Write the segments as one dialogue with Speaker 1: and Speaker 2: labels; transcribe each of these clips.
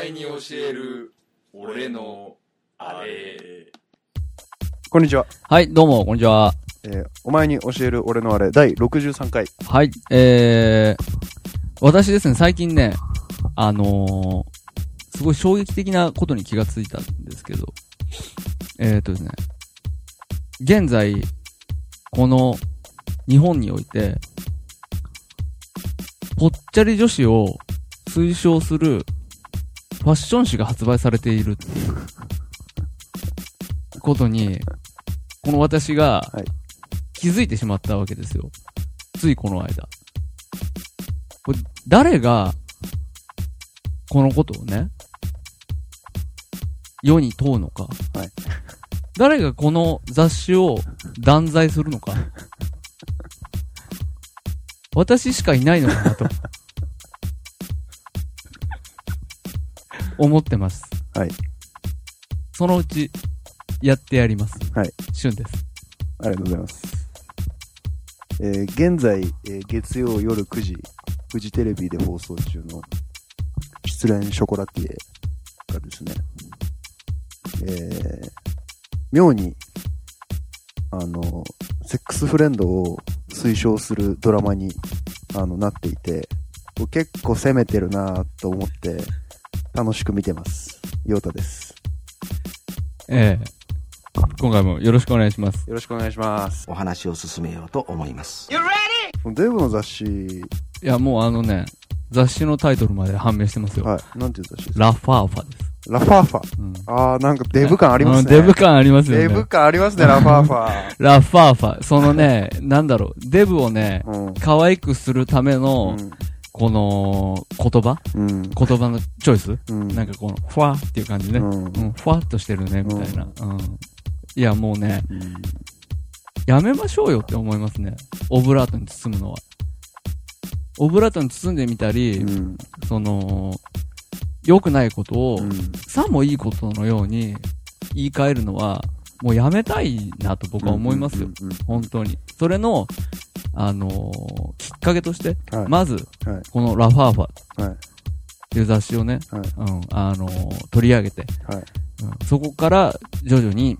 Speaker 1: える俺のあれ
Speaker 2: こんにちは。
Speaker 3: はい、どうも、こんにちは。
Speaker 2: えーお前に教える俺のあれ、第63回。
Speaker 3: はい、えー、私ですね、最近ね、あのー、すごい衝撃的なことに気がついたんですけど、えー、っとですね、現在、この日本において、ぽっちゃり女子を推奨するファッション誌が発売されているっていうことに、この私が
Speaker 2: はい
Speaker 3: 気づいてしまったわけですよ。ついこの間。これ誰が、このことをね、世に問うのか。
Speaker 2: はい
Speaker 3: 誰がこの雑誌を断罪する のか。私しかいないのかなと。思ってます。
Speaker 2: はい。
Speaker 3: そのうち、やってやります。
Speaker 2: はい。
Speaker 3: 旬です。
Speaker 2: ありがとうございます。えー現在、えー月曜夜9時、フジテレビで放送中の失恋ショコラティエがですね、えー妙に、あの、セックスフレンドを推奨するドラマにあのなっていて、結構攻めてるなぁと思って、楽しく見てます。ヨータです。
Speaker 3: ええ今回もよろしくお願いします。
Speaker 2: よろしくお願いします。
Speaker 4: お話を進めようと思います。
Speaker 2: デブの雑誌、
Speaker 3: いや、もうあのね、雑誌のタイトルまで判明してますよ。
Speaker 2: はい、なんていう雑誌ですか
Speaker 3: ラファーファです。
Speaker 2: ラファーファ。
Speaker 3: うん。
Speaker 2: あー、なんかデブ感ありますね。
Speaker 3: うんデブ感ありますよね。
Speaker 2: デブ感ありますね、ラファーファ。
Speaker 3: ラファーファ。そ のね、なんだろう、デブをね、
Speaker 2: うん。
Speaker 3: 可愛くするための、この、言葉
Speaker 2: うん。
Speaker 3: 言葉のチョイス、
Speaker 2: うん。
Speaker 3: なんかこの、ふわーっていう感じね。
Speaker 2: う
Speaker 3: うんん、ふわっとしてるね、みたいな。うん。いや、もうね、やめましょうよって思いますね。オブラートに包むのは。オブラートに包んでみたり、
Speaker 2: うん。
Speaker 3: その、良くないことを、
Speaker 2: うん。
Speaker 3: さもいいことのように言い換えるのは、もうやめたいなと僕は思いますよ。
Speaker 2: うん。
Speaker 3: 本当に。それの、あのーきっかけとして、
Speaker 2: はい
Speaker 3: まず、
Speaker 2: はい
Speaker 3: このラファーファっ
Speaker 2: うん。はい。
Speaker 3: ていう雑誌をね、
Speaker 2: はい
Speaker 3: うん、あのー取り上げて、
Speaker 2: はい。
Speaker 3: うんそこから徐々に、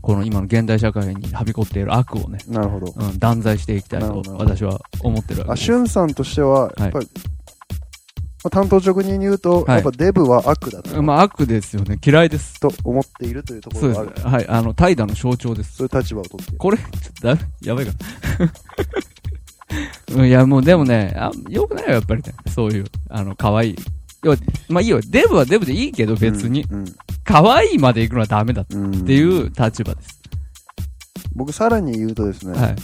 Speaker 3: この今の現代社会にはびこっている悪をね、
Speaker 2: なるほど。
Speaker 3: うん、断罪していきたい
Speaker 2: なるほ
Speaker 3: と
Speaker 2: ど
Speaker 3: 私は思ってるわ
Speaker 2: あ、
Speaker 3: け
Speaker 2: シ
Speaker 3: です。
Speaker 2: ュンさんとしては、やっぱり、まあ担当職人に言うと、
Speaker 3: はい
Speaker 2: やっぱデブは悪だと
Speaker 3: まあ悪ですよね。嫌いです。
Speaker 2: と思っているというとこ
Speaker 3: そう
Speaker 2: ろ
Speaker 3: で
Speaker 2: がある。
Speaker 3: す。はい。あの、怠惰の象徴です。
Speaker 2: そういう立場を取っている。
Speaker 3: これ、ち ょっとだめ、やばいか な。うん、いや、もうでもね、あ、よくないよ、やっぱりね。そういう、あの、可愛い。要はまあいいよ、デブはデブでいいけど、別に。
Speaker 2: うん。
Speaker 3: 可愛いまで行くのはダメだっ
Speaker 2: うん。って
Speaker 3: いう。立場です。
Speaker 2: 僕さらに言うとですね、
Speaker 3: はい。
Speaker 2: やっ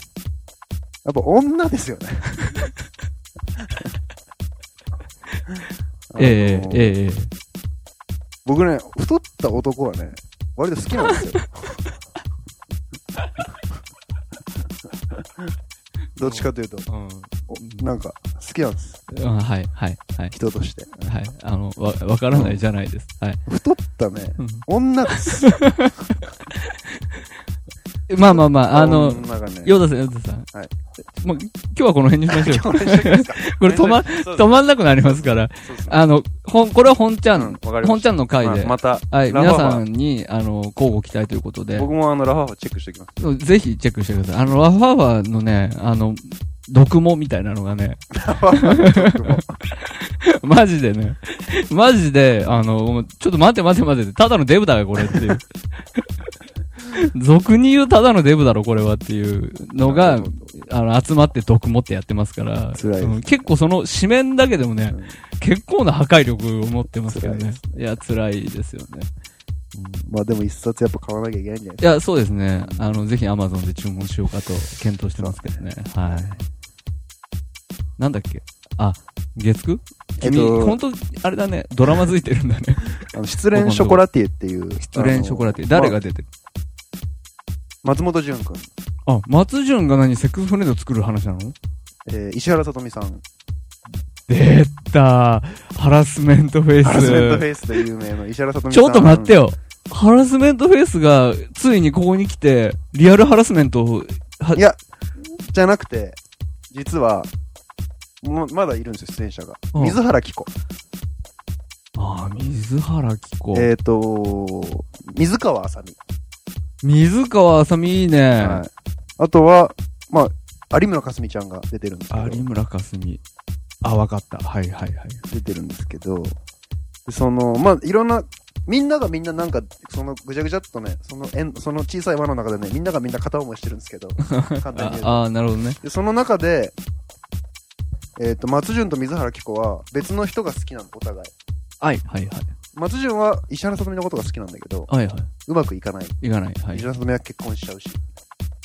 Speaker 2: ぱ女ですよね。
Speaker 3: え え
Speaker 2: あの
Speaker 3: ええええ
Speaker 2: 僕ね、太った男はね、割と好きなんですよ。 どっちかというと、おなんか、好きなんです。
Speaker 3: うん、はい、はい、はい。
Speaker 2: 人として。
Speaker 3: はい。あの、わ、わからないじゃないです。はい。
Speaker 2: 太ったね、
Speaker 3: うん
Speaker 2: 女です。
Speaker 3: まあまあまあ、あの、
Speaker 2: 女がね、
Speaker 3: ヨダさん、ヨダさん。
Speaker 2: はい。
Speaker 3: もう、今日はこの辺にしましょう。これ止ま、止まんなくなりますから。あの、ほん、これは本ちゃ
Speaker 2: わ
Speaker 3: ん、
Speaker 2: かりました
Speaker 3: 本ちゃんの回で。
Speaker 2: また、
Speaker 3: はい、
Speaker 2: ラファ
Speaker 3: 皆
Speaker 2: ーファ
Speaker 3: さんに、あの、交互期待ということで、
Speaker 2: 僕もあの、ラファーファチェックしておきます。
Speaker 3: ぜひチェックしてください。あの、ラファーファーのね、あの、毒もみたいなのがね、 マジでね、マジで、あの、ちょっと待て待て待てって、ただのデブだよ、これっていう。俗に言うただのデブだろ、これはっていうの
Speaker 2: な
Speaker 3: が
Speaker 2: るほど、
Speaker 3: あの、集まって毒持ってやってますから、
Speaker 2: 辛いです
Speaker 3: うん結構その紙面だけでもね、
Speaker 2: うん
Speaker 3: 結構な破壊力を持ってますけど
Speaker 2: 辛い
Speaker 3: ね
Speaker 2: で。
Speaker 3: いや、辛いですよね。
Speaker 2: まあでも一冊やっぱ買わなきゃいけないんじゃない
Speaker 3: いや、そうですね。あの、ぜひ Amazon で注文しようかと検討してますけどね。はい。なんだっけあ、月9
Speaker 2: えっ
Speaker 3: 君、
Speaker 2: と
Speaker 3: 本当あれだね、ドラマ付いてるんだ ね。
Speaker 2: あの失恋ショコラティエっていう。
Speaker 3: 失恋ショコラティエ。誰が
Speaker 2: まあ
Speaker 3: 出てる、
Speaker 2: 松本潤君、
Speaker 3: あ、松潤が何セックスフレンド作る話なの
Speaker 2: えー石原さとみさん、
Speaker 3: 出たハラスメントフェイス。
Speaker 2: ハラスメントフェイスで有名の石原さとみ
Speaker 3: ち
Speaker 2: さん。
Speaker 3: ょっと待ってよ。ハラスメントフェイスが、ついにここに来て、リアルハラスメントを、はい
Speaker 2: や、じゃなくて、実は、ままだいるんですよ、出演者が。
Speaker 3: うん
Speaker 2: 水原希子。
Speaker 3: あああ、水原希子。
Speaker 2: えっ、と、水川あさみ。
Speaker 3: 水川あさみいいね。
Speaker 2: はい。あとは、まあ、有村架純ちゃんが出てるんですけど、
Speaker 3: 有村架純。あ、わかった。はいはいはい。
Speaker 2: 出てるんですけど、その、まあ、いろんな、みんながみんななんか、そのぐちゃぐちゃっとね、その円、その小さい輪の中でね、みんながみんな片思いしてるんですけ ど、簡単に言うと。
Speaker 3: ああ、なるほどね。
Speaker 2: で、その中で、えっ、と、松潤と水原希子は別の人が好きなの、お互い。
Speaker 3: はい。はいはい。
Speaker 2: 松潤は石原さとみのことが好きなんだけど、
Speaker 3: はいは
Speaker 2: うまくいかない。
Speaker 3: い。いかない。はい
Speaker 2: 石。原さとみは結婚しちゃうし。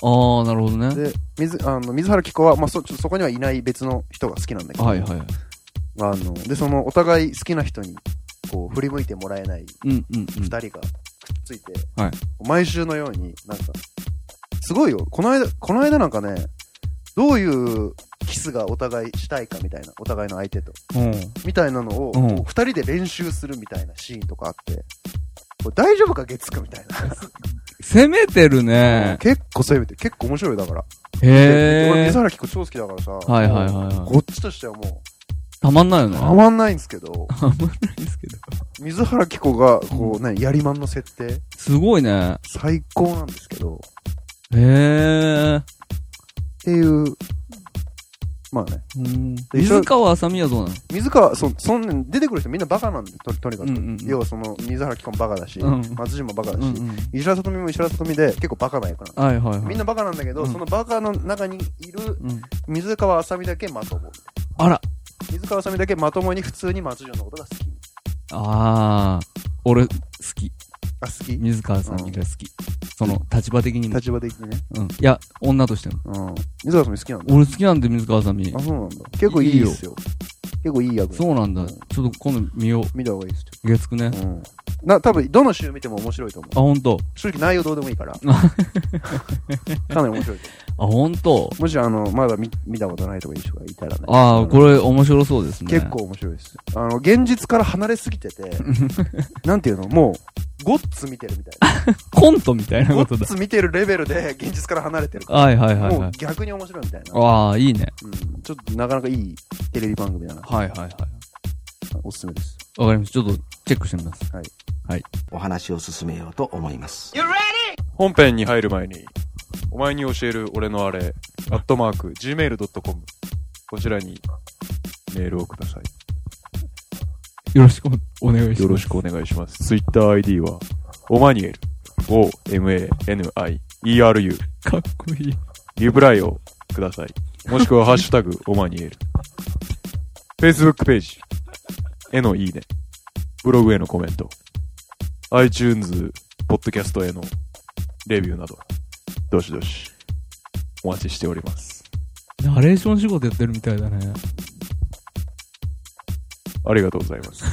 Speaker 3: ああ、なるほどね。
Speaker 2: で、水、あの、水原希子は、まあ、そ、ちょっとそこにはいない別の人が好きなんだけど、
Speaker 3: はいはい。
Speaker 2: あの、で、その、お互い好きな人に、こう、振り向いてもらえない
Speaker 3: うんうんうん。
Speaker 2: 二人がくっついて、
Speaker 3: はい
Speaker 2: 毎週のように、なんか、すごいよ。この間、この間なんかね、どういうキスがお互いしたいかみたいな、お互いの相手と。
Speaker 3: うん。
Speaker 2: みたいなのを、
Speaker 3: う
Speaker 2: こ
Speaker 3: ん
Speaker 2: う二人で練習するみたいなシーンとかあって、これ大丈夫か月9みたい
Speaker 3: 攻めてる
Speaker 2: な。
Speaker 3: ね。
Speaker 2: 結構攻めて、結構面白いよだから。で俺、
Speaker 3: へえ
Speaker 2: 水。原希子超好きだからさ、
Speaker 3: はいはいはいはい。
Speaker 2: こっちとしてはも
Speaker 3: たまんないよ
Speaker 2: う、
Speaker 3: ね。
Speaker 2: たまんないんですけど、
Speaker 3: たまんないですけど。
Speaker 2: 水原希子が、こう、ね、やりまんの設定、
Speaker 3: すごいね。
Speaker 2: 最高なんですけど、
Speaker 3: へえ。
Speaker 2: っていう、まあね、
Speaker 3: うん。水川あさみはどうな
Speaker 2: 水川、そ、そんなん出てくる人みんなバカなんで、ととにかく。
Speaker 3: うんうんうん
Speaker 2: 要はその、水原希子もバカだし、
Speaker 3: うん
Speaker 2: 松島もバカだし、
Speaker 3: のうんうん。
Speaker 2: 石原さとみも石原さとみで結構バカな役なんだ
Speaker 3: はいはいはい。
Speaker 2: みんなバカなんだけど、
Speaker 3: うん
Speaker 2: そのバカの中にいる
Speaker 3: うん。
Speaker 2: 水川あさみだけまとも。
Speaker 3: あら。
Speaker 2: 水川あさみだけまともに普通に松潤のことが好き。
Speaker 3: ああ。俺、好き。
Speaker 2: あ、好き
Speaker 3: 水川あさみが好き。その、立場的にも。
Speaker 2: 立場的にね。
Speaker 3: うん。いや、女としても。
Speaker 2: うん。水川あさみ好きなんだ。
Speaker 3: 俺好きなんで、水川あさみ
Speaker 2: あ、。そうなんだ。結構いいですよ。結構いい役。
Speaker 3: そうなんだ。ちょっと今度見よ
Speaker 2: 見た方がいいです
Speaker 3: う。月9ね。
Speaker 2: よ。うん。な、多分、どの週見ても面白いと思う
Speaker 3: あ、。ほんと。
Speaker 2: 正直内容どうでもいいから。 かなり面白いと思
Speaker 3: あ、ほんと。
Speaker 2: う。もし、あの、まだ見見たことないとかいう人がいたらね。
Speaker 3: ああ、これ面白そうですね。
Speaker 2: 結構。面白いです。あの、現実から離れすぎてて、なんていうの、もう、ゴッツ見てるみたいな。
Speaker 3: コントみたいな
Speaker 2: ゴ
Speaker 3: こと
Speaker 2: ッ
Speaker 3: だ。
Speaker 2: ツ見てるレベルで現実から離れてるか
Speaker 3: はいはい
Speaker 2: ら、
Speaker 3: はい
Speaker 2: も
Speaker 3: は
Speaker 2: う
Speaker 3: い。
Speaker 2: 逆に面白いみたいな。
Speaker 3: ああ、いいね。
Speaker 2: うん、ちょっとなかなかいいテレビ番組だな。
Speaker 3: はいはいはい。
Speaker 2: おすすめです。
Speaker 3: わかりました。ちょっとチェックしてみます。
Speaker 4: お話を進めようと思います
Speaker 1: 本編に入る前に、お前に教える俺のあれ、アットマーク、gmail.com。こちらにメールをください。
Speaker 3: よろしくお願いします。
Speaker 1: よろしくお願いします。TwitterID は、オマニエル、O-M-A-N-I-E-R-U、
Speaker 3: かっこいい。
Speaker 1: リプライをください。もしくは、ハッシュタグ、オマニエル。Facebook ページ、へのいいね。ブログへのコメント。iTunes、ポッドキャストへのレビューなど、どしどし、お待ちしております。
Speaker 3: ナレーション仕事やってるみたいだね。
Speaker 1: ありがとうございます。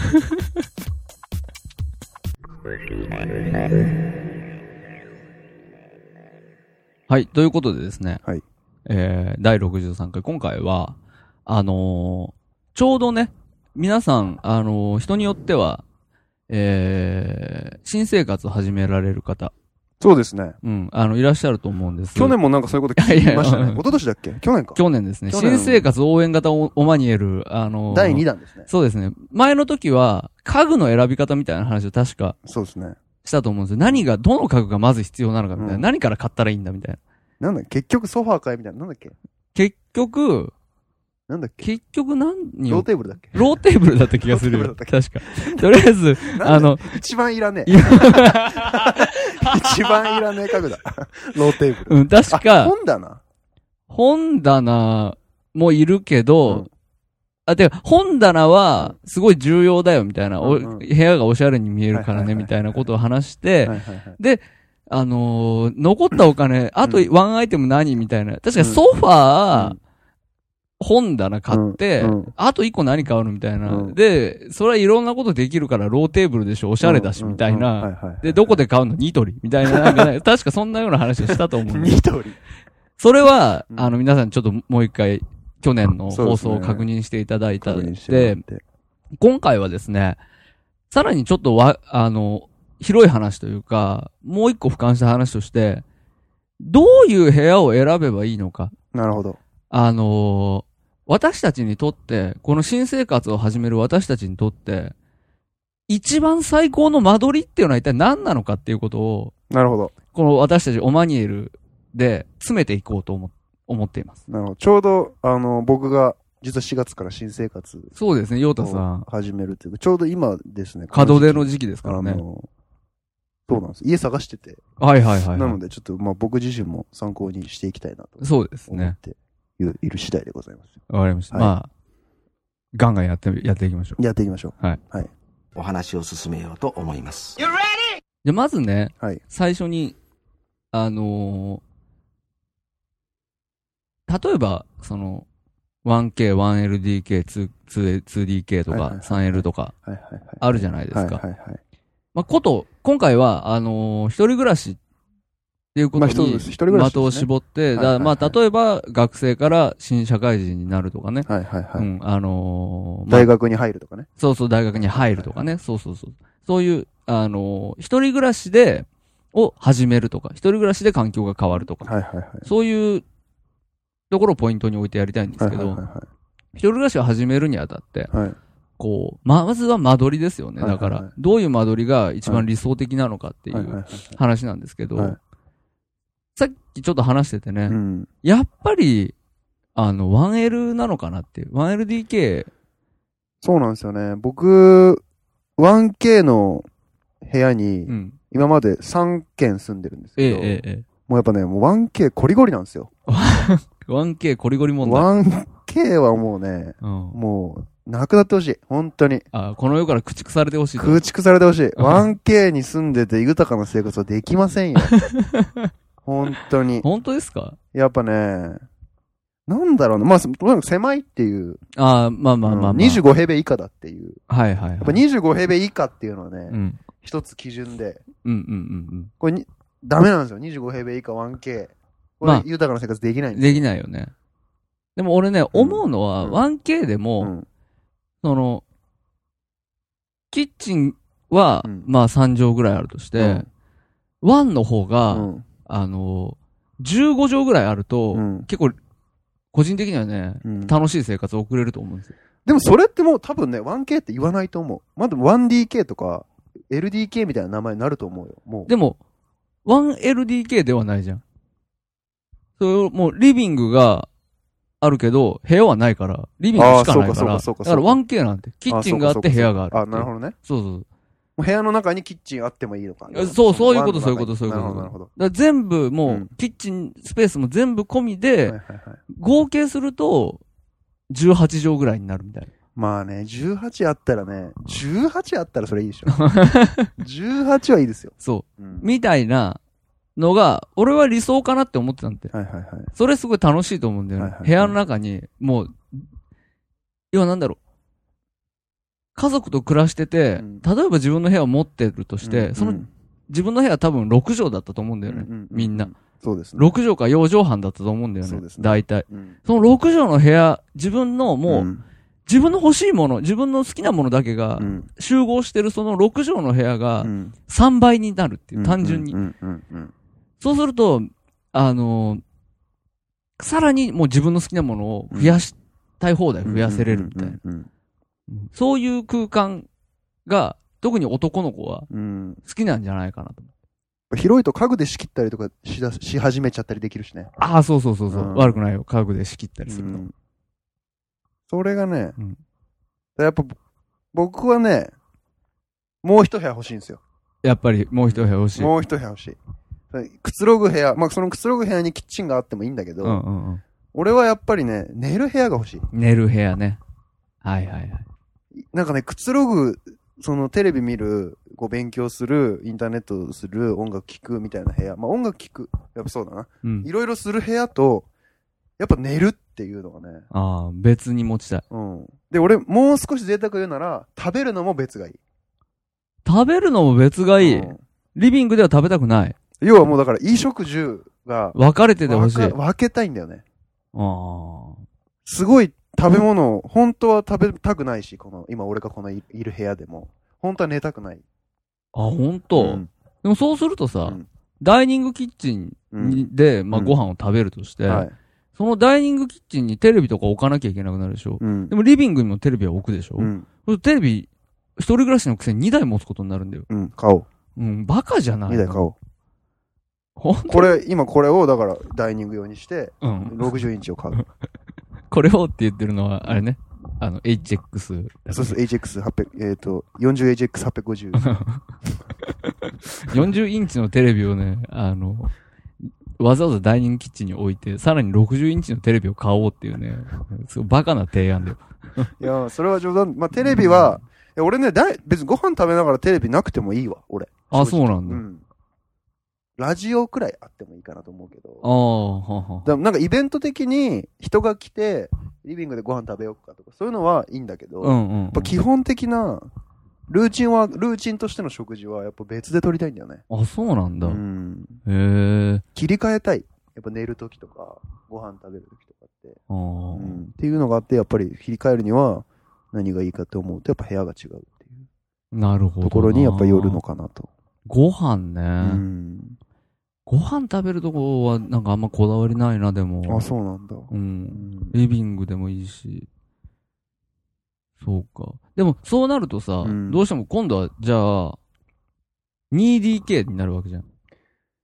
Speaker 3: はい。ということでですね。
Speaker 2: はい。
Speaker 3: えー、第63回。今回は、あのーちょうどね、皆さん、あのー人によっては、えー、新生活を始められる方、
Speaker 2: そうですね。
Speaker 3: うん、あの、いらっしゃると思うんです。
Speaker 2: 去年もなんかそういうこと聞きましたね。
Speaker 3: いやいや
Speaker 2: 一昨年だっけ去年か。
Speaker 3: 去年ですね。
Speaker 2: 去年
Speaker 3: 新生活応援型オオマニエル、あのー
Speaker 2: 第2弾ですね。
Speaker 3: そうですね。前の時は、家具の選び方みたいな話を確か
Speaker 2: そうですね。
Speaker 3: したと思うんですよ。何が、どの家具がまず必要なのかみたいな。
Speaker 2: うん
Speaker 3: 何から買ったらいいんだみたいな。
Speaker 2: なんだっけ結局ソファーかいみたいな。なんだっけ
Speaker 3: 結局、
Speaker 2: なんだっけ
Speaker 3: 結局何
Speaker 2: ロー
Speaker 3: を
Speaker 2: テーブルだっけ
Speaker 3: ローテーブルだった気がする
Speaker 2: ロ
Speaker 3: よ。
Speaker 2: ーテ
Speaker 3: 確か。とりあえず、あの、
Speaker 2: 一番いらねえ
Speaker 3: い。や
Speaker 2: 一番いらねえ家 具だ。ローテーブル。
Speaker 3: うん、確
Speaker 2: あ
Speaker 3: か、
Speaker 2: 本棚
Speaker 3: 本棚もいるけど、
Speaker 2: うん
Speaker 3: あ、てか、本棚は、すごい重要だよ、みたいな、お
Speaker 2: うんうん
Speaker 3: 部屋がおしゃれに見えるか
Speaker 2: はい
Speaker 3: ら
Speaker 2: はいはいは
Speaker 3: ね、
Speaker 2: い
Speaker 3: みたいなことを話して、
Speaker 2: はいはいはい。
Speaker 3: あのー残ったお金、あとワンアイテム何みたいな。確かソファー、
Speaker 2: うん
Speaker 3: 本棚買って、
Speaker 2: うんうん
Speaker 3: あと一個何買うのみたいな、
Speaker 2: うん
Speaker 3: で、それはいろんなことできるから、ローテーブルでしょ、おしゃれだし、
Speaker 2: うん
Speaker 3: みたいな。
Speaker 2: うんうんはいはいはい
Speaker 3: で、どこで買うのニトリみたいな、なんか ね確かそんなような話をしたと思うんで
Speaker 2: ニトリ。
Speaker 3: それは、
Speaker 2: うん
Speaker 3: あの、皆さんちょっともう一回、去年の
Speaker 2: そうで
Speaker 3: 放
Speaker 2: すね
Speaker 3: 送を確認していただいた
Speaker 2: 確
Speaker 3: で、
Speaker 2: 認してもらって
Speaker 3: 今回はですね、さらにちょっとわ、あの、広い話というか、もう一個俯瞰した話として、どういう部屋を選べばいいのか。
Speaker 2: なるほど。
Speaker 3: あのー私たちにとって、この新生活を始める私たちにとって、一番最高の間取りっていうのは一体何なのかっていうことを、
Speaker 2: なるほど。
Speaker 3: この私たちオマニエルで詰めていこうと思思っています。
Speaker 2: なるほど。ちょうど、あの、僕が、実は4月から新生活
Speaker 3: そうですね、ヨータさ
Speaker 2: を
Speaker 3: ん。
Speaker 2: 始めるっていうか、ちょうど今ですね。
Speaker 3: 門出
Speaker 2: こ
Speaker 3: の
Speaker 2: 時期
Speaker 3: 時期ですから
Speaker 2: あ
Speaker 3: ね。
Speaker 2: のそうなんです。家探してて。
Speaker 3: はいはいはいはい。
Speaker 2: なので、ちょっと、まあ僕自身も参考にしていきたいなと
Speaker 3: そうです
Speaker 2: 思っ
Speaker 3: ね。
Speaker 2: ているいる次第でございます。
Speaker 3: わかりました。
Speaker 2: はい
Speaker 3: まあ、ガンガンやって、やっていきましょう。
Speaker 2: やっていきましょう。
Speaker 4: お話を進めようと思います
Speaker 3: じゃあまずね、
Speaker 2: はい
Speaker 3: 最初に、あのー例えば、その、1K、1LDK、2- 2- 2DK と
Speaker 2: はいはい
Speaker 3: か
Speaker 2: はい
Speaker 3: 3L とか
Speaker 2: はいはいはい。
Speaker 3: あるじゃないですか。
Speaker 2: はいはいはい。
Speaker 3: まあ、こと、今回は、あのー一人暮らしっていうこ
Speaker 2: ま
Speaker 3: と
Speaker 2: あそう
Speaker 3: に、
Speaker 2: です一人暮らしです
Speaker 3: 的
Speaker 2: ね
Speaker 3: を絞って、だ
Speaker 2: はいはいはい
Speaker 3: まあ、例えば、学生から新社会人になるとかね。
Speaker 2: はいはいはい。
Speaker 3: うん、あのーまあ
Speaker 2: 大学に入るとかね。
Speaker 3: そうそう、大学に入るとかね。そうそうそう。そういう、あのー一人暮らしで、を始めるとか、一人暮らしで環境が変わるとか、
Speaker 2: はいはいはい。
Speaker 3: そういうところをポイントに置いてやりたいんですけど、
Speaker 2: はいはいはい
Speaker 3: 一人暮らしを始めるにあたって、
Speaker 2: はい。はい
Speaker 3: こう、ま、まずは間取りですよね。
Speaker 2: はいは
Speaker 3: だ
Speaker 2: いは
Speaker 3: か
Speaker 2: い
Speaker 3: ら、どういう間取りが一番理想的なのかってい
Speaker 2: はいは
Speaker 3: う
Speaker 2: いはい
Speaker 3: 話なんですけど、
Speaker 2: はい
Speaker 3: さっきちょっと話しててね、
Speaker 2: うん。
Speaker 3: やっぱり、あの、1L なのかなっていう。1LDK、
Speaker 2: そうなんですよね。僕、1K の部屋に
Speaker 3: う、ん。
Speaker 2: 今まで3軒住んでるんです
Speaker 3: ええ
Speaker 2: けど、
Speaker 3: えええ
Speaker 2: もうやっぱね、もう 1K コリゴリなんですよ。
Speaker 3: え。1K コリゴリ問題。
Speaker 2: 1K はもうね、
Speaker 3: うん。
Speaker 2: もう、なくなってほしい。本当に。
Speaker 3: あ、この世から駆逐されてほしいと。
Speaker 2: 駆逐されてほしい。1K に住んでて豊かな生活はできません よ。本当に。
Speaker 3: 本当ですか
Speaker 2: やっぱね、なんだろうな。まあ、とにかく狭いっていう。
Speaker 3: あまあまあまあまあ。
Speaker 2: うん25平米以下だっていう。
Speaker 3: はいはい、はい。や
Speaker 2: やっぱ25平米以下っていうのは
Speaker 3: う
Speaker 2: ね、
Speaker 3: ん。
Speaker 2: 一つ基準で。
Speaker 3: うんうん
Speaker 2: これに、ダメなんですよ。25平米以下 1K。こ
Speaker 3: まあ
Speaker 2: れ豊かな生活できな
Speaker 3: う
Speaker 2: い
Speaker 3: ん
Speaker 2: ん
Speaker 3: うん。
Speaker 2: です
Speaker 3: できないよね。でも俺ね、思うのは、
Speaker 2: うん
Speaker 3: 1K で
Speaker 2: よ。
Speaker 3: も、
Speaker 2: うん
Speaker 3: その、キッチンは、
Speaker 2: うん
Speaker 3: まあ3畳ぐらいあるとして、1の方が、
Speaker 2: うん
Speaker 3: あの、15畳ぐらいあると、
Speaker 2: うん
Speaker 3: 結構、個人的にはね、
Speaker 2: うん
Speaker 3: 楽しい生活を送れると思うんですよ。
Speaker 2: でもそれってもう多分ね、1K って言わないと思う。まだ 1DK とか、LDK みたいな名前になると思うよ。もう。
Speaker 3: でも、1LDK ではないじゃん。それもう、リビングが、あるけど、部屋はないから、リビングしかないから、
Speaker 2: あー
Speaker 3: だ
Speaker 2: そうかそうかそうか
Speaker 3: か
Speaker 2: そうから
Speaker 3: 1K なんて、キッチンがあって部屋があるっていう。
Speaker 2: あ、なるほどね。
Speaker 3: そうそうそう。
Speaker 2: もう部屋の中にキッチンあってもいいのか。
Speaker 3: そう、そういうこ
Speaker 2: の
Speaker 3: と、そう
Speaker 2: 中
Speaker 3: い
Speaker 2: に
Speaker 3: うこと、そういうこと。
Speaker 2: なるほど、
Speaker 3: だから全部もう、
Speaker 2: うん
Speaker 3: キッチンスペースも全部込みで、
Speaker 2: なるほど。はいはいはい。
Speaker 3: 合計すると、18畳ぐらいになるみたい
Speaker 2: まあね、18あったらね、18あったらそれいいでし ょ。18はいいですよ。
Speaker 3: な。そうう。
Speaker 2: ん
Speaker 3: みたいなのが、俺は理想かなって思ってたんで。
Speaker 2: はいはいはい。
Speaker 3: それすごい楽しいと思うんだよね。
Speaker 2: はいはいはい
Speaker 3: 部屋の中に、もう、要はなんだろう。家族と暮らしてて、
Speaker 2: うん
Speaker 3: 例えば自分の部屋を持ってるとして、
Speaker 2: うん
Speaker 3: その、自分の部屋は多分6畳だったと思うんだよ
Speaker 2: う
Speaker 3: ね。
Speaker 2: んうんうん
Speaker 3: みんな。
Speaker 2: そうですね。
Speaker 3: 6畳か4畳半だったと思うんだよ
Speaker 2: そ
Speaker 3: ね。
Speaker 2: うですね
Speaker 3: 大体。
Speaker 2: うん
Speaker 3: その6畳の部屋、自分のもう、
Speaker 2: ん
Speaker 3: 自分の欲しいもの、自分の好きなものだけが
Speaker 2: う、ん
Speaker 3: 集合してるその6畳の部屋が
Speaker 2: うん
Speaker 3: 3倍になるっていう、単純に
Speaker 2: う。んうんうん
Speaker 3: そうすると、あのーさらにもう自分の好きなものを増やしたい放題
Speaker 2: うん
Speaker 3: 増やせれるみたいな。。
Speaker 2: うんうん
Speaker 3: そういう空間が、特に男の子は
Speaker 2: うんうんうん
Speaker 3: 好きなんじゃないかなと。
Speaker 2: 広いと家具で仕切ったりとかしだし始めちゃったりできるしね。
Speaker 3: ああ、そうそうそうそう、
Speaker 2: うん
Speaker 3: 悪くないよ。家具で仕切ったりするの。
Speaker 2: うんそれがね
Speaker 3: うん、
Speaker 2: やっぱ僕はね、もう一部屋欲しいんですよ。
Speaker 3: やっぱりもう一部屋欲しい。うん
Speaker 2: もう一部屋欲しい。くつろぐ部屋、まあそのくつろぐ部屋にキッチンがあってもいいんだけど、
Speaker 3: うんうん。
Speaker 2: 俺はやっぱりね、寝る部屋が欲しい。
Speaker 3: 寝る部屋ね。はいはいはい。
Speaker 2: なんかね、くつろぐ、そのテレビ見る、こう勉強する、インターネットする、音楽聴くみたいな部屋。まあ音楽聴く。やっぱそうだな。
Speaker 3: うん
Speaker 2: い。ろいろする部屋と、やっぱ寝るっていうのがね。
Speaker 3: ああ、別に持ちたい。
Speaker 2: うん。で、俺、もう少し贅沢言うなら、食べるのも別がいい。
Speaker 3: 食べるのも別がいい。
Speaker 2: うん
Speaker 3: リビングでは食べたくない。
Speaker 2: 要はもうだから、衣食住が、
Speaker 3: 分かれててほしい。あ
Speaker 2: 分か分けたいんだよね。
Speaker 3: あ。
Speaker 2: すごい食べ物を、本当は食べたくないし、この、今俺がこのいいる部屋でも。本当は寝たくない。
Speaker 3: あ、ほんと、
Speaker 2: うん
Speaker 3: でもそうするとさ、
Speaker 2: うん
Speaker 3: ダイニングキッチンにで、まあ、
Speaker 2: うん
Speaker 3: ご飯を食べるとして、
Speaker 2: はい。
Speaker 3: そのダイニングキッチンにテレビとか置かなきゃいけなくなるでしょ。
Speaker 2: うん
Speaker 3: で。もリビングにもテレビは置くでしょ。
Speaker 2: うん。
Speaker 3: そうするとテレビ一人暮らしのくせに2台持つことになるんだよ。
Speaker 2: うん、買おう。
Speaker 3: うん、バカじゃない
Speaker 2: 2台買おう。
Speaker 3: ほん
Speaker 2: これ、今これを、だから、ダイニング用に して、
Speaker 3: うん。
Speaker 2: 60インチを買う。
Speaker 3: これをって言ってるのは、あれね。あの、HX。
Speaker 2: そうそう、HX800、えっと、40HX850。
Speaker 3: 40インチのテレビをね、あの、わざわざダイニングキッチンに置いて、さらに60インチのテレビを買おうっていうね、すごいバカな提案だよ。
Speaker 2: いや、それは冗談。まあ、テレビは、いや俺ね、だい別にご飯食べながらテレビなくてもいいわ、俺。
Speaker 3: あ、
Speaker 2: 正
Speaker 3: そう
Speaker 2: 直
Speaker 3: なんだ。
Speaker 2: うん。ラジオくらいあってもいいかなと思うけど。
Speaker 3: ああ、はは
Speaker 2: でもなんかイベント的に人が来て、リビングでご飯食べようかとか、そういうのはいいんだけど、
Speaker 3: う
Speaker 2: やっ
Speaker 3: んうん。
Speaker 2: ぱ基本的な、ルーチンは、ルーチンとしての食事はやっぱ別で取りたいんだよね。
Speaker 3: あ、そうなんだ。
Speaker 2: ん。
Speaker 3: へえ。
Speaker 2: 切り替えたい。やっぱ寝るときとか、ご飯食べるときとかって。
Speaker 3: あ
Speaker 2: う
Speaker 3: ー
Speaker 2: ん。っていうのがあって、やっぱり切り替えるには何がいいかって思うと、やっぱ部屋が違うっていう
Speaker 3: なるほどな。
Speaker 2: ところにやっぱ寄るのかなと。
Speaker 3: ご飯ね。
Speaker 2: うん。
Speaker 3: ご飯食べるとこはなんかあんまこだわりないな、でも。
Speaker 2: あ、そうなんだ。
Speaker 3: う。
Speaker 2: うんん。
Speaker 3: リビングでもいいし。そうか。でも、そうなるとさ、
Speaker 2: うん
Speaker 3: どうしても今度は、じゃあ、2DK になるわけじゃん。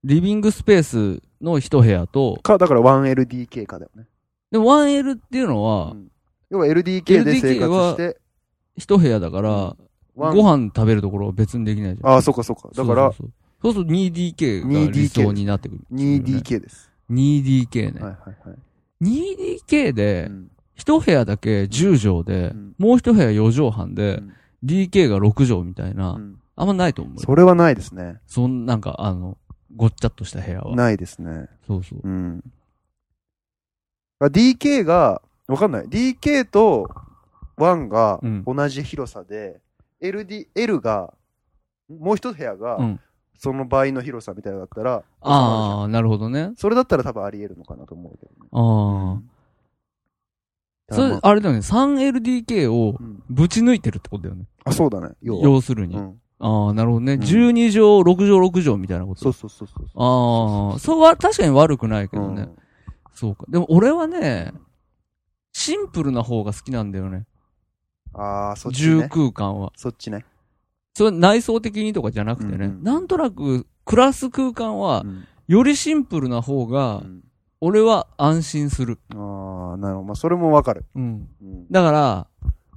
Speaker 3: リビングスペースの一部屋と、
Speaker 2: か、だから 1LDK かだよね。
Speaker 3: で、1L っていうのは
Speaker 2: う、ん要は LDK で生
Speaker 3: LDK
Speaker 2: 活
Speaker 3: は
Speaker 2: して、
Speaker 3: 一部屋だから、
Speaker 2: ワン
Speaker 3: ご飯食べるところは別にできないじゃん。
Speaker 2: ああ、そうかそうか。だから、
Speaker 3: そうそうそう、そうすると 2DK が理想になってくる。
Speaker 2: 2DK です。
Speaker 3: 2DK ね。
Speaker 2: はいはいはい。
Speaker 3: 2DK
Speaker 2: う
Speaker 3: で、
Speaker 2: ん
Speaker 3: 一部屋だけ10畳で、
Speaker 2: うん
Speaker 3: もう一部屋4畳半で、
Speaker 2: うん
Speaker 3: DK が6畳みたいな、
Speaker 2: うん
Speaker 3: あんまないと思うよ。
Speaker 2: それはないですね。
Speaker 3: そんなんか、あの、ごっちゃっとした部屋は。
Speaker 2: ないですね。
Speaker 3: そうそう。
Speaker 2: うん。あ DK が、わかんない。DK と1が
Speaker 3: うん
Speaker 2: 同じ広さで、LD、L が、もう一部屋が
Speaker 3: うん、
Speaker 2: その倍の広さみたいなのだったら、
Speaker 3: ああ、なるほどね。
Speaker 2: それだったら多分あり得るのかなと思うけどね。
Speaker 3: あ
Speaker 2: だ
Speaker 3: あ。そ
Speaker 2: からま
Speaker 3: れ、あれだよね。3LDK を
Speaker 2: うん
Speaker 3: ぶち抜いてるってことだよね。
Speaker 2: あ、そうだね。要は。
Speaker 3: 要するに。
Speaker 2: うん
Speaker 3: ああ、なるほどね。
Speaker 2: ん
Speaker 3: 12畳、6畳、6畳みたいなこと。
Speaker 2: そうそうそうそう。
Speaker 3: ああ、それは確かに悪くないけ
Speaker 2: う
Speaker 3: ど
Speaker 2: ん
Speaker 3: ね。そうか。でも俺はね、シンプルな方が好きなんだよね。
Speaker 2: ああ、そっち
Speaker 3: 重
Speaker 2: ね。
Speaker 3: 空間は。
Speaker 2: そっちね。
Speaker 3: それ内装的にとかじゃなくてね、
Speaker 2: うんうん
Speaker 3: なんとなく暮らす空間は
Speaker 2: う、ん
Speaker 3: よりシンプルな方
Speaker 2: う、
Speaker 3: が
Speaker 2: ん
Speaker 3: 俺は安心する。
Speaker 2: ああ、なるほど。まあ、それもわかる。
Speaker 3: うん。
Speaker 2: うん。
Speaker 3: だから、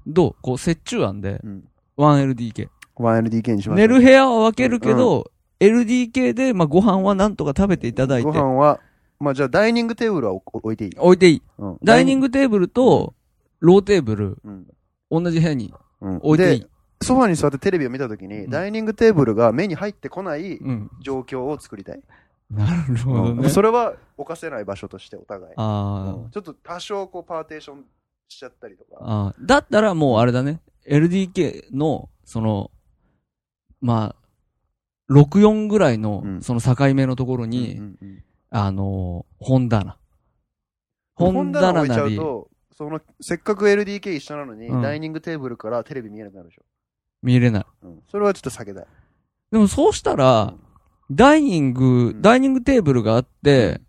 Speaker 3: どうこう、折衷案で
Speaker 2: う、ん。
Speaker 3: 1LDK。
Speaker 2: 1LDK にしましょ
Speaker 3: 寝
Speaker 2: う。
Speaker 3: る部屋は分けるけど、LDK で、まあ、ご飯はなんとか食べていただいて
Speaker 2: ご、飯は、まあ、じゃあ、ダイニングテーブルは置置いていい。
Speaker 3: 置いていい。
Speaker 2: うん
Speaker 3: ダイニングテーブルと、ローテーブル、
Speaker 2: うん。
Speaker 3: 同じ部屋に
Speaker 2: うん。
Speaker 3: 置いていい
Speaker 2: で。、ソファに座ってテレビを見たときに、
Speaker 3: うん
Speaker 2: ダイニングテーブルが目に入ってこない
Speaker 3: うん。
Speaker 2: 状況を作りたい。
Speaker 3: なるほど
Speaker 2: うん
Speaker 3: ね。
Speaker 2: それは犯せない場所として、お互い。
Speaker 3: あ
Speaker 2: うんちょっと多少、こう、パーテーションしちゃったりと
Speaker 3: あ、
Speaker 2: か。
Speaker 3: ああ。だったらもうあれだね。LDK の、その、まあ、64ぐらいの
Speaker 2: う、ん
Speaker 3: その境目のところに、
Speaker 2: うんうんうん
Speaker 3: あのー本棚。本
Speaker 2: 本棚
Speaker 3: 棚
Speaker 2: 置いちゃ
Speaker 3: な
Speaker 2: う
Speaker 3: り、
Speaker 2: と、その、せっかく LDK 一緒なのに、
Speaker 3: うん
Speaker 2: ダイニングテーブルからテレビ見えなくなるでしょ。
Speaker 3: 見れない。
Speaker 2: うん。それはちょっと避けたい。
Speaker 3: でもそうした
Speaker 2: う
Speaker 3: ら
Speaker 2: ん、
Speaker 3: ダイニング
Speaker 2: う、ん
Speaker 3: ダイニングテーブルがあって、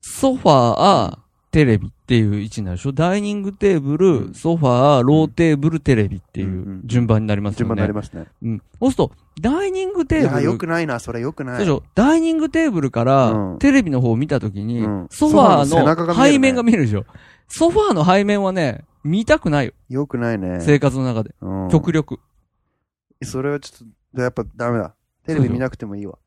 Speaker 3: ソファー、テレビっていう位置になるでしょダイニングテーブ
Speaker 2: う
Speaker 3: ル、
Speaker 2: ん
Speaker 3: ソファー、ローテーブル、テレビってい
Speaker 2: んう
Speaker 3: うん順番になります
Speaker 2: 順
Speaker 3: よ
Speaker 2: 番にな
Speaker 3: ね
Speaker 2: り。ますね。
Speaker 3: うん。そうすると、ダイニング
Speaker 2: い
Speaker 3: テー
Speaker 2: や、
Speaker 3: ブ
Speaker 2: よ
Speaker 3: ル
Speaker 2: くないな、それよくない。
Speaker 3: そうでしょダイニングテーブルか
Speaker 2: う
Speaker 3: ら
Speaker 2: ん、
Speaker 3: テレビの方を見たときに
Speaker 2: うん、
Speaker 3: ソファー
Speaker 2: ソファーの背中
Speaker 3: の
Speaker 2: が見えるね
Speaker 3: 背面が見えるでしょソファーの背面はね、見たくないよ。
Speaker 2: よくないね。
Speaker 3: 生活の中で。
Speaker 2: うん
Speaker 3: 極力。
Speaker 2: それはちょっと、やっぱダメだ。テレビ見なくてもいいわ。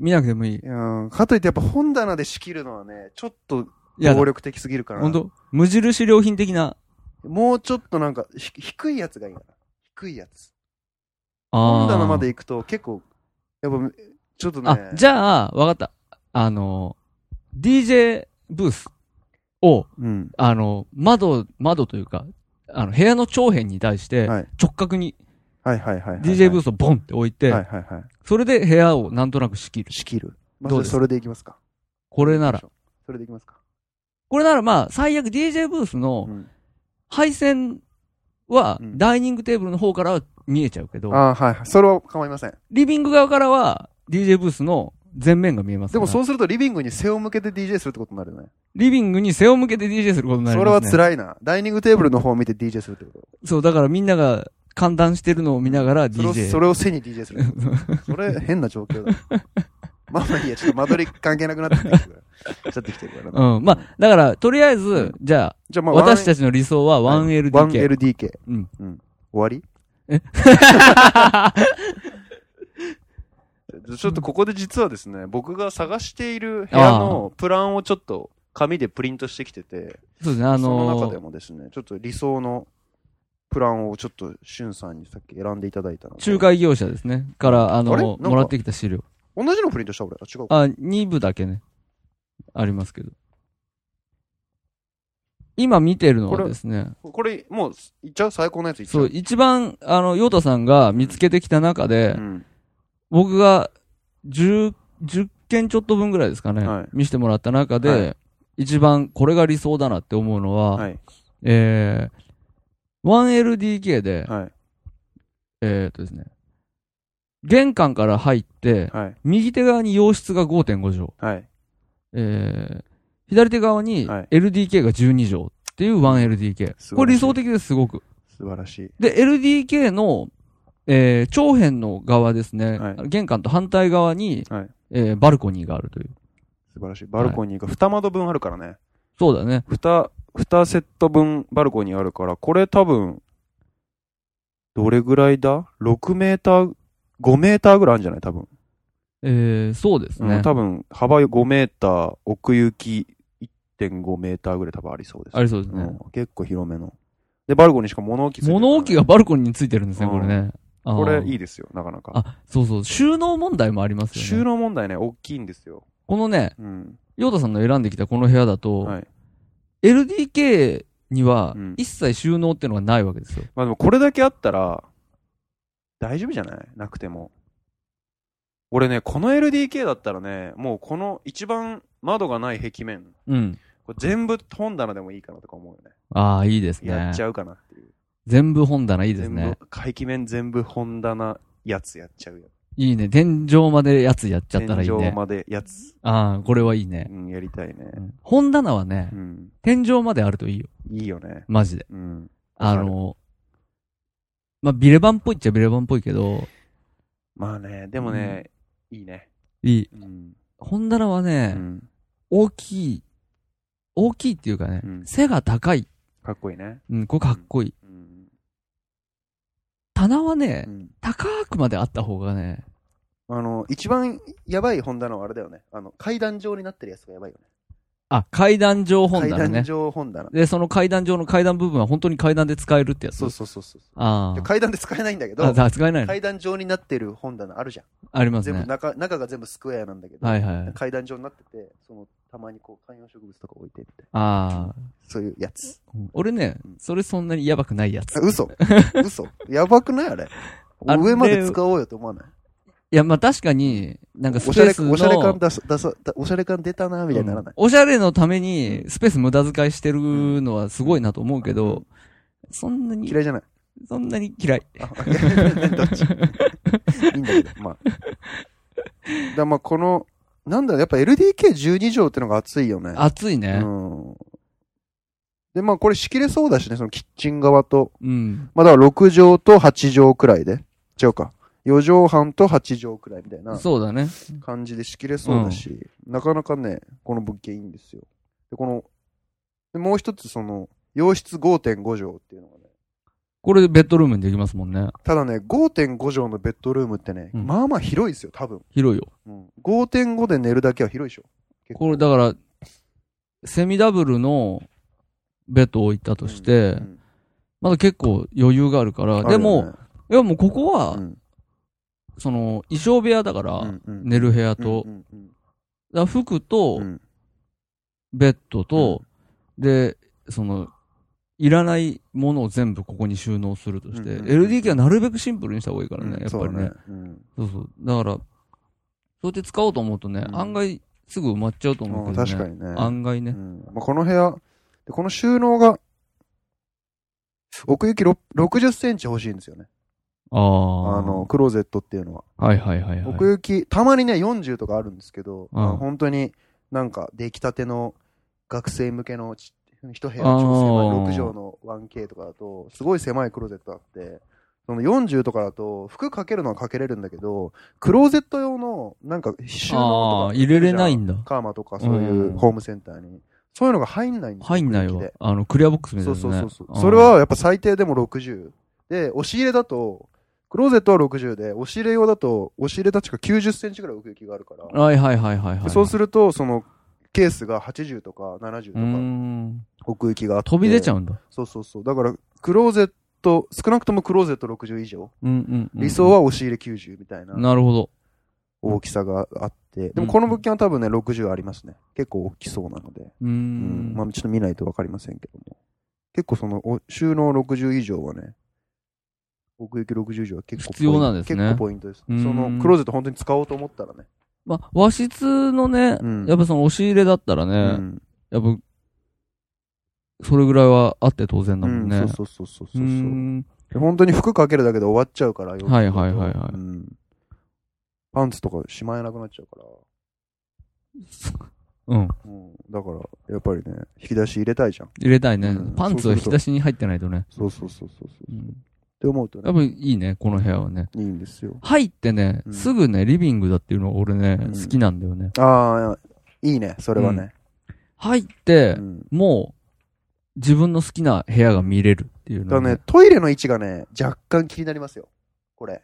Speaker 3: 見なくてもいい。
Speaker 2: うん。かといってやっぱ本棚で仕切るのはね、ちょっと
Speaker 3: いやだ
Speaker 2: 暴、力的すぎるから。
Speaker 3: ほんと無印良品的な。
Speaker 2: もうちょっとなんか、ひ低いやつがいいな。低いやつ。
Speaker 3: あ
Speaker 2: 本
Speaker 3: ー
Speaker 2: 棚まで行くと結構、やっぱ、ちょっとね。
Speaker 3: あ、じゃあ、わかった。あの、DJ ブースを、
Speaker 2: うん。
Speaker 3: あの、窓、窓というか、あの、部屋の長辺に対して
Speaker 2: はい、
Speaker 3: 直角に
Speaker 2: はいはいはいはい。
Speaker 3: DJ ブー
Speaker 2: ス
Speaker 3: スをボンって置いて
Speaker 2: は、いはいは
Speaker 3: それで部屋をなんとなく仕切る
Speaker 2: い。。仕切る。まあ、
Speaker 3: ど
Speaker 2: そ
Speaker 3: うで
Speaker 2: れ
Speaker 3: す
Speaker 2: それでいきますか。
Speaker 3: これなら。。
Speaker 2: それでいきますか。
Speaker 3: これならまあ、最悪 DJ ブース
Speaker 2: う
Speaker 3: の
Speaker 2: ん
Speaker 3: 配線は、
Speaker 2: うん
Speaker 3: ダイニングテーブルの方からは見えちゃうけど、
Speaker 2: ああ、はいはい。それは構いません。
Speaker 3: リビング側からは、DJ ブースの前面が見えます
Speaker 2: で
Speaker 3: から。
Speaker 2: もそうするとリビングに背を向けて DJ するってことになるよね。
Speaker 3: リビングに背を向けて DJ することにな
Speaker 2: そ
Speaker 3: ります、ね。
Speaker 2: れは辛いな。ダイニングテーブルの方を見て DJ するってこと。
Speaker 3: そう、だからみんなが、寒暖してるのを見ながら
Speaker 2: それを
Speaker 3: DJ。
Speaker 2: それを背に DJ する。それ、変な状 況だ。まあまあいいや、ちょっと間取り関係なくなってきてる から。ちゃってきてるからな。
Speaker 3: うん。まあ、だから、とりあえず、じゃ
Speaker 2: じゃあま
Speaker 3: あ、
Speaker 2: あ、
Speaker 3: 私たちの理想は 1LDK。
Speaker 2: 1LDK。
Speaker 3: うん。
Speaker 2: 終わりえ ちょっとここで実はですね、僕が探している部屋のプランをちょっと紙でプリントしてきてて、
Speaker 3: そうですね、あ
Speaker 2: その中
Speaker 3: の
Speaker 2: で
Speaker 3: ー、
Speaker 2: もですね、ちょっと理想のプランをちょっとしゅんさんにさっき選んでいただいたので。
Speaker 3: 仲介業者ですね。から、あの
Speaker 2: あれな
Speaker 3: ー
Speaker 2: んか
Speaker 3: もらってきた資料。
Speaker 2: 同じのプリントした俺。あ、違うか。
Speaker 3: あ、2部だけね。ありますけど。今見てるのはですね、
Speaker 2: これ、もう、いっちゃう最高のやついっちゃ
Speaker 3: そうう、一番、あの、ヨータさんが見つけてきた中で、
Speaker 2: うん。
Speaker 3: 僕が10、10件ちょっと分ぐらいですかね、
Speaker 2: はい
Speaker 3: 見せてもらった中で、
Speaker 2: は
Speaker 3: 一番これが理想だなって思うのは、
Speaker 2: はい。
Speaker 3: えー、1LDK で、
Speaker 2: はい。
Speaker 3: えーっとですね、玄関から入って、
Speaker 2: はい。
Speaker 3: 右手側に洋室が5.5
Speaker 2: は
Speaker 3: 畳、
Speaker 2: い。
Speaker 3: えー、左手側に
Speaker 2: はい
Speaker 3: LDK が12畳っていう 1LDK。
Speaker 2: 素晴らしい
Speaker 3: これ理想的です、すごく。
Speaker 2: 素晴らしい。
Speaker 3: で、LDK の、えー、長辺の側ですね、
Speaker 2: はい
Speaker 3: 玄関と反対側に、
Speaker 2: はい
Speaker 3: えーバルコニーがあるという。
Speaker 2: 素晴らしい。バルコニーが二窓分あるからね。
Speaker 3: そうだね。
Speaker 2: 二、二セット分バルコニーあるから、これ多分、どれぐらいだ ?6 メーター、5メーターぐらいあるんじゃない多分。
Speaker 3: えー、そうです
Speaker 2: う
Speaker 3: ね
Speaker 2: ん、。多分、幅5メーター、奥行き1.5メーターぐらい多分ありそうです。
Speaker 3: ありそうです
Speaker 2: う
Speaker 3: ね
Speaker 2: ん。、結構広めの。で、バルコニーしか物置ついてるからね
Speaker 3: 物置がバルコニーについてるんですね、
Speaker 2: うん
Speaker 3: これね。あー
Speaker 2: これいいですよ、なかなか。
Speaker 3: あ、そうそう。収納問題もありますよね。
Speaker 2: 収納問題ね、大きいんですよ。
Speaker 3: このね、
Speaker 2: うん。
Speaker 3: ヨータさんの選んできたこの部屋だと、
Speaker 2: はい。
Speaker 3: LDK には
Speaker 2: うん
Speaker 3: 一切収納ってのがないわけですよ。
Speaker 2: まあでもこれだけあったら、大丈夫じゃないなくても。俺ね、この LDK だったらね、もうこの一番窓がない壁面、
Speaker 3: うん。
Speaker 2: これ全部本棚でもいいかなとか思うよね。
Speaker 3: ああ、いいです
Speaker 2: や
Speaker 3: ね
Speaker 2: っち。ゃうかなっていう。
Speaker 3: 全部本棚いいですね
Speaker 2: 全。部、怪奇面全部本棚やつやっちゃうよ。
Speaker 3: いいね。天井までやつやっちゃったらいい
Speaker 2: 天井
Speaker 3: ね。
Speaker 2: までやつ、
Speaker 3: ああ、これはいいね
Speaker 2: う。ん、やりたいね
Speaker 3: う。ん本棚はね
Speaker 2: う、ん。
Speaker 3: 天井まであるといいよ。
Speaker 2: いいよね。
Speaker 3: マジで。
Speaker 2: うん。
Speaker 3: あの、まあ、ビレバンっぽいっちゃビレバンっぽいけど、
Speaker 2: まあね、でもね、いいね。
Speaker 3: いい。
Speaker 2: うん。
Speaker 3: 本棚は
Speaker 2: う
Speaker 3: ね、
Speaker 2: ん。
Speaker 3: 大きい。大きいっていうかね、
Speaker 2: うん
Speaker 3: 背が高い。
Speaker 2: かっこいいね。
Speaker 3: うん、これかっこいい。
Speaker 2: うん。
Speaker 3: 棚はね、
Speaker 2: うん
Speaker 3: 高くまであった方がね、
Speaker 2: あの、一番やばい本棚はあれだよね。あの、階段状になってるやつがやばいよね。
Speaker 3: あ、階段上本棚
Speaker 2: 階段
Speaker 3: ね。
Speaker 2: 状本棚。
Speaker 3: で、その階段上の階段部分は本当に階段で使えるってやつ。
Speaker 2: そうそうそうそう。
Speaker 3: あ
Speaker 2: で
Speaker 3: ー
Speaker 2: 階段で使えないんだけ
Speaker 3: あ。
Speaker 2: ど、
Speaker 3: だ使えないの
Speaker 2: 階段状になってる本棚あるじゃん。
Speaker 3: あります
Speaker 2: 全部
Speaker 3: ね。
Speaker 2: 中、中が全部スクエアなんだけど、
Speaker 3: はいはい。
Speaker 2: 階段状になってて、その、たまにこう、観葉植物とか置いてみたいな。
Speaker 3: ああ。
Speaker 2: そういうやつ。
Speaker 3: うん俺ね
Speaker 2: うん、
Speaker 3: それそんなにやばくないやつ
Speaker 2: あ。 嘘嘘やばくないあれ。
Speaker 3: あれ
Speaker 2: 上まで使おうよと思わない。
Speaker 3: いや、まあ確かに、なんかス
Speaker 2: おしゃ
Speaker 3: ペー
Speaker 2: れ、
Speaker 3: スの。
Speaker 2: おしゃれ感出す、出さ、だおしゃれ感出たな、みたいにならない。
Speaker 3: うんおしゃれのために、スペース無駄遣いしてるのはすごいなと思うけ
Speaker 2: うんう
Speaker 3: ど、そんなに
Speaker 2: 嫌、いじゃない。
Speaker 3: そんなに嫌い。
Speaker 2: あどっちいいんだけど、まあ。だからまあこの、なんだろう、やっぱ LDK12 畳ってのが熱いよね。
Speaker 3: 暑いうね。
Speaker 2: ん。で、まあこれ仕切れそうだしね、そのキッチン側と。
Speaker 3: うん。
Speaker 2: まあだから6畳と8畳くらいで。違うか。4畳半と8畳くらいみたいな
Speaker 3: そうだね。
Speaker 2: 感じで仕切れそうだし、なかなかね、この物件いいんですよ。で、この、でもう一つその、洋室5.5畳っていうのがね、
Speaker 3: これベッドルームにできますもんね。
Speaker 2: ただね、5.5畳のベッドルームってね、
Speaker 3: うん
Speaker 2: まあまあ広いですよ、多分。
Speaker 3: 広いよ。
Speaker 2: うん、5.5で寝るだけは広いでしょ。結構
Speaker 3: これだから、セミダブルのベッドを置いたとして、
Speaker 2: うん
Speaker 3: まだ結構余裕があるから、
Speaker 2: あるよね
Speaker 3: でも、いやもうここは、
Speaker 2: うん
Speaker 3: その、衣装部屋だから、
Speaker 2: うんうん
Speaker 3: 寝る部屋と、
Speaker 2: うんうん
Speaker 3: だから服
Speaker 2: う
Speaker 3: と
Speaker 2: んう、ん
Speaker 3: ベッドと、で、その、いらないものを全部ここに収納するとして、
Speaker 2: うんうんうん
Speaker 3: LDK はなるべくシンプルにした方がいいから
Speaker 2: うん
Speaker 3: ね、やっ
Speaker 2: そ
Speaker 3: ぱ
Speaker 2: う
Speaker 3: り
Speaker 2: だ
Speaker 3: ね。
Speaker 2: うん
Speaker 3: そうそう。だから、そうやって使おうと思うとね、
Speaker 2: うん
Speaker 3: 案外すぐ埋まっちゃうと思う
Speaker 2: う
Speaker 3: け
Speaker 2: ん
Speaker 3: ど、ね。
Speaker 2: 確かにね。
Speaker 3: 案外
Speaker 2: う
Speaker 3: ね。
Speaker 2: んまあ、この部屋、でこの収納が、奥行きろ60センチ欲しいんですよね。
Speaker 3: ああ。
Speaker 2: あの、、クローゼットっていうのは。
Speaker 3: はいはいはいはい。
Speaker 2: 奥行き、たまにね、40とかあるんですけど、
Speaker 3: うん
Speaker 2: あの本当になんか出来たての学生向けのち一部屋
Speaker 3: あ
Speaker 2: 超
Speaker 3: ー
Speaker 2: 狭い、6畳の 1K とかだと、すごい狭いクローゼットあって、その40とかだと、服かけるのはかけれるんだけど、クローゼット用の、なんか、収納
Speaker 3: あ
Speaker 2: と
Speaker 3: あ、
Speaker 2: か。
Speaker 3: 入れれないんだ。
Speaker 2: カーマとかそういううんホームセンターに。そういうのが入んないんだよ
Speaker 3: 入んない
Speaker 2: 空気
Speaker 3: わ
Speaker 2: で。
Speaker 3: あの、クリアボックスみた
Speaker 2: そ
Speaker 3: いうな、ね。
Speaker 2: そうそうそう。
Speaker 3: ん
Speaker 2: それ、はやっぱ最低でも60。で、押し入れだと、クローゼットは60で、押し入れ用だと、押し入れたちが90センチぐらい奥行きがあるから。
Speaker 3: はいはいはいはい、はい。
Speaker 2: でそうす
Speaker 3: る
Speaker 2: ると、その、ケースが80とか
Speaker 3: うー
Speaker 2: 70とか
Speaker 3: ん。
Speaker 2: 奥行きがあって。
Speaker 3: 飛び出ちゃうんだ。
Speaker 2: そうそうそう。だから、クローゼット、少なくともクローゼット60以上。
Speaker 3: うんうん、うん。
Speaker 2: 理想は押し入れ90みたいな
Speaker 3: なるほど。
Speaker 2: 大きさがあって。で
Speaker 3: う
Speaker 2: も
Speaker 3: ん
Speaker 2: この物件は多分ね、60ありますね。結構大きそうなので。
Speaker 3: うー
Speaker 2: うんん。。まあちょっと見ないとわかりませんけども。結構その、お収納60以上はね、奥行き60以上は結構ポイン
Speaker 3: 必要なんですね
Speaker 2: 結構ポイントです。そ
Speaker 3: うん
Speaker 2: の、クローゼット本当に使おうと思ったらね。
Speaker 3: まあ、和室のね、
Speaker 2: うん
Speaker 3: やっぱその押し入れだったら
Speaker 2: う
Speaker 3: ね、
Speaker 2: ん。
Speaker 3: やっぱ、それぐらいはあって当然だ
Speaker 2: う
Speaker 3: もん
Speaker 2: ん
Speaker 3: ね。
Speaker 2: そうそうそうそうそうう。
Speaker 3: ーん
Speaker 2: で本当に服かけるだけで終わっちゃうから、洋服だと
Speaker 3: はいはいはいはい
Speaker 2: うんパンツとかしまえなくなっちゃうから。
Speaker 3: うん。
Speaker 2: うん、だから、やっぱりね、引き出し入れたいじゃん。
Speaker 3: 入れたいね、
Speaker 2: うん
Speaker 3: パンツは引き出しに入ってないとね。
Speaker 2: そうそうそうそうそう。
Speaker 3: う
Speaker 2: っ
Speaker 3: ん
Speaker 2: て思うと
Speaker 3: や
Speaker 2: ね
Speaker 3: っ、ぱいいね、この部屋はね。
Speaker 2: いいんですよ。
Speaker 3: 入ってね、
Speaker 2: うん
Speaker 3: すぐね、リビングだっていうのが俺ね、
Speaker 2: うん
Speaker 3: 好きなんだよね。
Speaker 2: ああ、いいね、それはね。
Speaker 3: 入って
Speaker 2: う、ん。
Speaker 3: もう、自分の好きな部屋が見れるっていうの
Speaker 2: だ
Speaker 3: は
Speaker 2: ね、トイレの位置がね、若干気になりますよ。これ。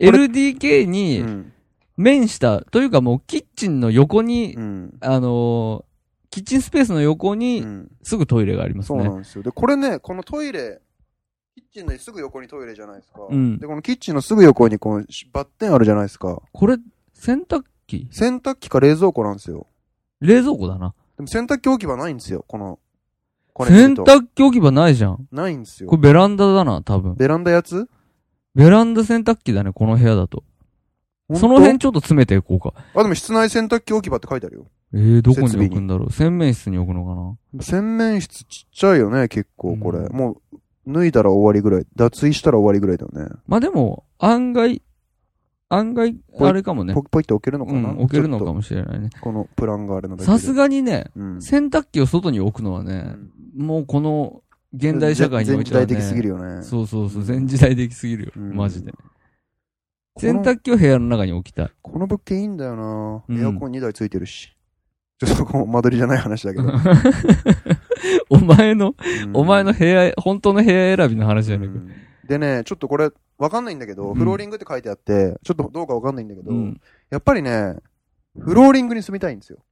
Speaker 3: LDK
Speaker 2: う
Speaker 3: に
Speaker 2: ん。
Speaker 3: 面した、というかもうキッチンの横に、
Speaker 2: うん。
Speaker 3: あのーキッチンスペースの横
Speaker 2: う
Speaker 3: に、
Speaker 2: ん。
Speaker 3: すぐトイレがあります
Speaker 2: そうな
Speaker 3: ね。
Speaker 2: んですよ。で、これね、このトイレ、キッチンのすぐ横にトイレじゃないですか。
Speaker 3: うん
Speaker 2: で、このキッチンのすぐ横にこのバッテンあるじゃないですか。
Speaker 3: これ、洗濯機
Speaker 2: 洗濯機か冷蔵庫なんですよ。
Speaker 3: 冷蔵庫だな。
Speaker 2: でも洗濯機置き場ないんですよ、この。これ見
Speaker 3: 洗
Speaker 2: ると
Speaker 3: 濯機置き場ないじゃん。
Speaker 2: ないんですよ
Speaker 3: こ。れベランダだな、多分。
Speaker 2: ベランダやつ
Speaker 3: ベランダ洗濯機だね、この部屋だと。その
Speaker 2: 辺
Speaker 3: 辺ちょっと詰めていこうか。
Speaker 2: あ、でも室内洗濯機置き場って書いてあるよ。
Speaker 3: えー、どこに
Speaker 2: 設備
Speaker 3: 置
Speaker 2: に
Speaker 3: くんだろう。洗面室に置くのかな。
Speaker 2: 洗面室ちっちゃいよね、結構これ。
Speaker 3: うん
Speaker 2: もう、脱いだら終わりぐらい。脱衣したら終わりぐらいだよね。
Speaker 3: まあでも、案外、案外、
Speaker 2: い
Speaker 3: あれかもね
Speaker 2: ポ。キポキって置けるのか
Speaker 3: う
Speaker 2: な、
Speaker 3: ん、置けるの
Speaker 2: ち
Speaker 3: か
Speaker 2: ょっ
Speaker 3: もしれないね。
Speaker 2: とこのプランがあるのだけ
Speaker 3: さすがにね、
Speaker 2: うん。
Speaker 3: 洗濯機を外に置くのはね、もうこの現代社会においては、ね、
Speaker 2: 全全時代的すぎるよね。
Speaker 3: そうそうそう、全時代的すぎるよ。
Speaker 2: うん
Speaker 3: マジで。
Speaker 2: こ
Speaker 3: 洗
Speaker 2: の
Speaker 3: 濯機を部屋の中に置きたい。
Speaker 2: この物件いいんだよな、
Speaker 3: うん
Speaker 2: エアコン2台ついてるし。ちょっとこう間取りじゃない話だ けど。
Speaker 3: お前の、
Speaker 2: うん
Speaker 3: お前の部屋、本当の部屋選びの話じゃねえか。
Speaker 2: でね、ちょっとこれ、わかんないんだけど、
Speaker 3: うん
Speaker 2: フローリングって書いてあって、ちょっとどうかわかんないんだけど、
Speaker 3: うん。
Speaker 2: やっぱりね、フローリングに住みたいんですよ。っ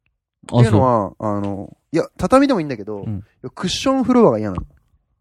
Speaker 3: あ、
Speaker 2: ていうの
Speaker 3: そう。ああ
Speaker 2: は、あの、いや、畳でもいいんだけど、
Speaker 3: うん
Speaker 2: クッションフロアが嫌なの。
Speaker 3: ー、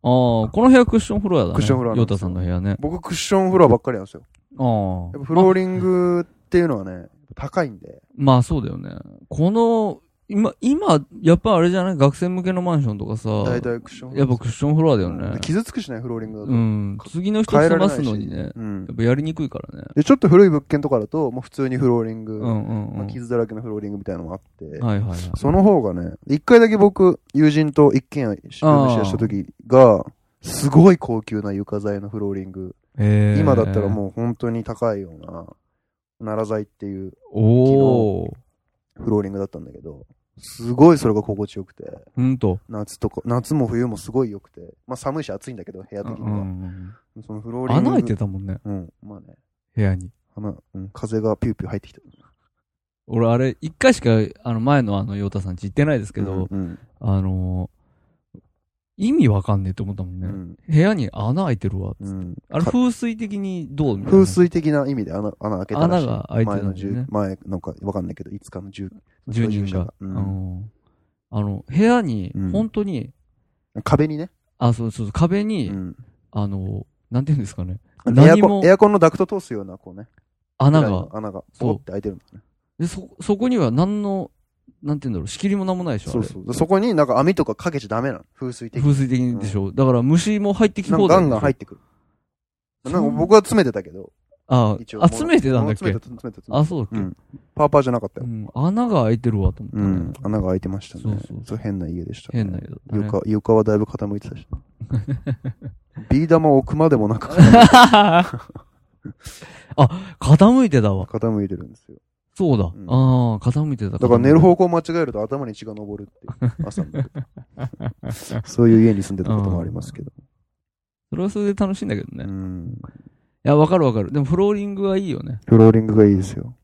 Speaker 3: この部屋クッションフロアだね。
Speaker 2: クッションフロアなん
Speaker 3: ヨ
Speaker 2: ですよ
Speaker 3: タさんの部屋ね。
Speaker 2: 僕、クッションフロアばっかりなんですよ。
Speaker 3: あ
Speaker 2: やっぱ。
Speaker 3: あ
Speaker 2: フローリングっていうのはね、高いんで。
Speaker 3: まあそうだよね。この、今、今、やっぱあれじゃない学生向けのマンションとかさ、
Speaker 2: 大体クッションフロ
Speaker 3: や
Speaker 2: ア
Speaker 3: っぱクッションフロアだよ
Speaker 2: で
Speaker 3: ね。
Speaker 2: 傷つくしない、フローリングだと。
Speaker 3: うん。次の人
Speaker 2: 変え
Speaker 3: 住
Speaker 2: られない
Speaker 3: ま
Speaker 2: し
Speaker 3: すのにね、や
Speaker 2: うん
Speaker 3: っぱやりにくいからね。
Speaker 2: で、ちょっと古い物件とかだと、もう普通にフローリング、
Speaker 3: うんうんうん。
Speaker 2: まあ、傷だらけのフローリングみたいなのもあって、
Speaker 3: はいはいはい。
Speaker 2: その方がね、一回だけ僕、友人と一軒家、シェアした時が、すごい高級な床材のフローリング。
Speaker 3: えー
Speaker 2: 今だったらもう本当に高いような、奈良材っていう
Speaker 3: おー。
Speaker 2: フローリングだったんだけど、すごいそれが心地よくて、
Speaker 3: うんと。
Speaker 2: 夏とか、夏も冬もすごい良くて、まあ寒いし暑いんだけど、部屋
Speaker 3: う
Speaker 2: 的
Speaker 3: ん
Speaker 2: に
Speaker 3: うんう
Speaker 2: は。
Speaker 3: ん
Speaker 2: そのフローリング。
Speaker 3: 穴開いてたもんね、
Speaker 2: うん、まあね。
Speaker 3: 部屋に。
Speaker 2: 穴、うん、風がピューピュー入ってきた。
Speaker 3: 俺あれ、一回しか、あの前のあの、ヨタさんち行ってないですけど、
Speaker 2: うん、
Speaker 3: あのー意味わかんねえって思ったも
Speaker 2: う
Speaker 3: んね。
Speaker 2: ん、
Speaker 3: 部屋に穴開いてるわ。
Speaker 2: うん。
Speaker 3: あれ風水的にどうみたいな。
Speaker 2: 風水的な意味で穴、穴開けたらしい
Speaker 3: 穴が開いてた
Speaker 2: 前
Speaker 3: んだよ
Speaker 2: の
Speaker 3: ね
Speaker 2: 住、前のか、わかんないけど、いつかの住、
Speaker 3: 住人が。
Speaker 2: う
Speaker 3: うんんあの、部屋に
Speaker 2: うん、
Speaker 3: 本当に、
Speaker 2: 壁にね。
Speaker 3: あ、そうそうそう、壁に、
Speaker 2: うん。
Speaker 3: あの、なんて言うんですかね。
Speaker 2: エア
Speaker 3: 何
Speaker 2: コ
Speaker 3: も
Speaker 2: ン、エアコンのダクト通すような、こうね。
Speaker 3: 穴
Speaker 2: ぐらいの
Speaker 3: が。
Speaker 2: 穴が、
Speaker 3: そ
Speaker 2: ポ
Speaker 3: う
Speaker 2: コって開いてるんだね。
Speaker 3: で、そ、そこには何の、なんて言うんだろう、仕切りも何もないでしょ、あ
Speaker 2: そ
Speaker 3: れ
Speaker 2: うそう。そこになんか網とかかけちゃダメなの。風水的に。
Speaker 3: 風水的にでしょ。だから虫も入ってき
Speaker 2: な
Speaker 3: 放
Speaker 2: んかガ
Speaker 3: 題
Speaker 2: ンガン入
Speaker 3: っ
Speaker 2: ってくる。なんか僕は詰めてたけど、
Speaker 3: あ
Speaker 2: 一応。
Speaker 3: あ、集めてたんだっ
Speaker 2: 詰
Speaker 3: け
Speaker 2: めてた、詰めてた。
Speaker 3: あ、そうだっけ、
Speaker 2: うんパーパーじゃなかった
Speaker 3: う
Speaker 2: よ。
Speaker 3: ん、穴が開いてるわと思った
Speaker 2: う
Speaker 3: ね。
Speaker 2: ん。穴が開いてましたね。
Speaker 3: そうそうそう
Speaker 2: そう変な家でしたね。
Speaker 3: 変な家だった、ね。
Speaker 2: 床、床はだいぶ傾いてた し。ビー玉を置くまでもなく
Speaker 3: あ、傾いてたわ。
Speaker 2: 傾いてるんです よ。
Speaker 3: そうだ。
Speaker 2: ん
Speaker 3: ああ、傾いて
Speaker 2: だ
Speaker 3: た。
Speaker 2: から寝る方向間違えると頭に血が 上るっていう。朝になるとそういう家に住んでたこともありますけど。
Speaker 3: そ れはそれで楽しいんだけどね。
Speaker 2: う
Speaker 3: い
Speaker 2: ん。
Speaker 3: や、わかるわかる。でもフローリングはいいよね。
Speaker 2: フローリングがいいですよ。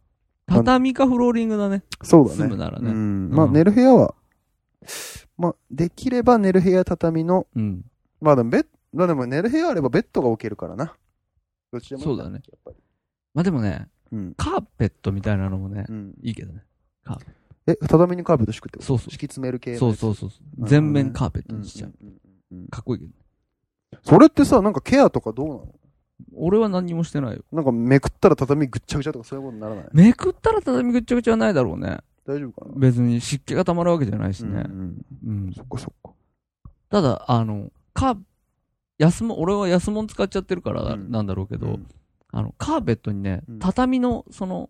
Speaker 3: 畳かフローリングだね。
Speaker 2: そうだ
Speaker 3: 住む
Speaker 2: ね。
Speaker 3: なら
Speaker 2: う
Speaker 3: ね。
Speaker 2: ん。まあ
Speaker 3: うん
Speaker 2: 寝る部屋は、まあできれば寝る部屋畳の、
Speaker 3: うん。
Speaker 2: まあでもベッまあでも寝る部屋あればベッドが置けるからな。どっちでもいい
Speaker 3: そうだね。
Speaker 2: やっぱり
Speaker 3: まあでもね、
Speaker 2: うん。
Speaker 3: カーペットみたいなのもね
Speaker 2: う、ん。
Speaker 3: いいけどね。
Speaker 2: え、畳にカーペット敷くってこと
Speaker 3: そうそう
Speaker 2: 敷き詰める系のやつ
Speaker 3: そうそうそうそ
Speaker 2: ほど
Speaker 3: う。
Speaker 2: ね
Speaker 3: 全面カーペットにしちゃう。
Speaker 2: んんうんうん
Speaker 3: かっこいいけど。
Speaker 2: それってさ、なんかケアとかどうなの
Speaker 3: 俺は何にもしてないよ。
Speaker 2: なんかめくったら畳ぐっちゃぐちゃとかそういうことにならない
Speaker 3: めくったら畳ぐっちゃぐちゃはないだろうね。
Speaker 2: 大丈夫かな
Speaker 3: 別に湿気がたまるわけじゃないしね
Speaker 2: う。んうん
Speaker 3: うん。
Speaker 2: そっかそっか。
Speaker 3: ただ、あの、カー、安も、俺は安物使っちゃってるから
Speaker 2: うん
Speaker 3: なんだろうけ
Speaker 2: う
Speaker 3: ど
Speaker 2: ん、
Speaker 3: あの、カーペットにね
Speaker 2: うん、
Speaker 3: 畳の、その、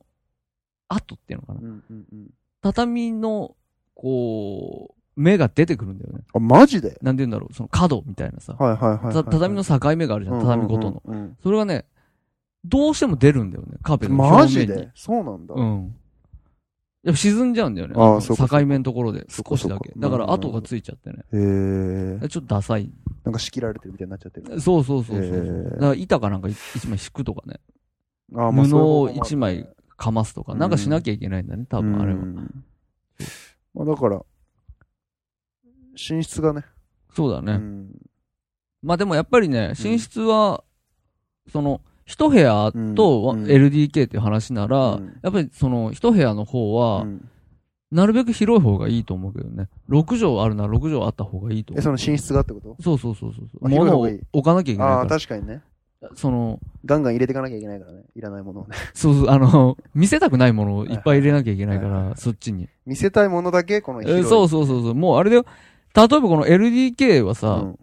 Speaker 3: 跡っていうのかな
Speaker 2: う。んうんうん
Speaker 3: 畳の、こう、目が出てくるんだよね。
Speaker 2: あ、マジで
Speaker 3: なんて言うんだろう、その角みたいなさ。
Speaker 2: はいはいはいはい。
Speaker 3: た畳の境目があるじゃん、畳ごとの。
Speaker 2: うんうんうん
Speaker 3: それがね、どうしても出るんだよね、カーペ
Speaker 2: う
Speaker 3: ッ
Speaker 2: ん。
Speaker 3: トの表
Speaker 2: マ
Speaker 3: 面
Speaker 2: ジ
Speaker 3: に。
Speaker 2: でそうなんだ。
Speaker 3: うん。やっぱ沈んじゃうんだよね。
Speaker 2: ああ
Speaker 3: の
Speaker 2: そうかそうか
Speaker 3: 境目のところで、
Speaker 2: そっ
Speaker 3: 少
Speaker 2: か
Speaker 3: し
Speaker 2: そっか
Speaker 3: だけ。だか
Speaker 2: なるほ
Speaker 3: ら
Speaker 2: ど
Speaker 3: 跡がついちゃってね。
Speaker 2: へえ。
Speaker 3: ちょっとダサい。
Speaker 2: なんか仕切られてるみたいになっちゃってる。
Speaker 3: そうそうそうそう。
Speaker 2: へえ
Speaker 3: だから板かなんか一枚敷くとかね。
Speaker 2: あ
Speaker 3: 布を一枚かますとか、
Speaker 2: うん
Speaker 3: なんかしなきゃいけないんだね、多分あれは。。
Speaker 2: まあだから、寝室がね。
Speaker 3: そうだ
Speaker 2: う
Speaker 3: ね。
Speaker 2: ん
Speaker 3: まあでもやっぱりね、寝室は、その、一部屋と
Speaker 2: うん
Speaker 3: LDK っていう話なら、
Speaker 2: うん
Speaker 3: やっぱりその一部屋の方は
Speaker 2: う、ん
Speaker 3: なるべく広い方がいいと思うけどね。6畳あるなら6畳あった方がいいと思
Speaker 2: え、
Speaker 3: う。
Speaker 2: その寝室がってこと
Speaker 3: そうそうそうそうそう。
Speaker 2: あ広い方
Speaker 3: 物を
Speaker 2: がいい
Speaker 3: 置かなきゃいけ
Speaker 2: あ
Speaker 3: な
Speaker 2: あ、
Speaker 3: いから。
Speaker 2: 確かにね。
Speaker 3: その、
Speaker 2: ガンガン入れていかなきゃいけないからね。いらないものをね。
Speaker 3: そうそう、あの、見せたくないものをいっぱい入れなきゃいけないか
Speaker 2: はいはい
Speaker 3: ら、そっちに。
Speaker 2: 見せたいものだけ、この
Speaker 3: え
Speaker 2: 広い。
Speaker 3: ーそうそうそうそう。もうあれだよ。例えばこの LDK は
Speaker 2: う
Speaker 3: さ、
Speaker 2: ん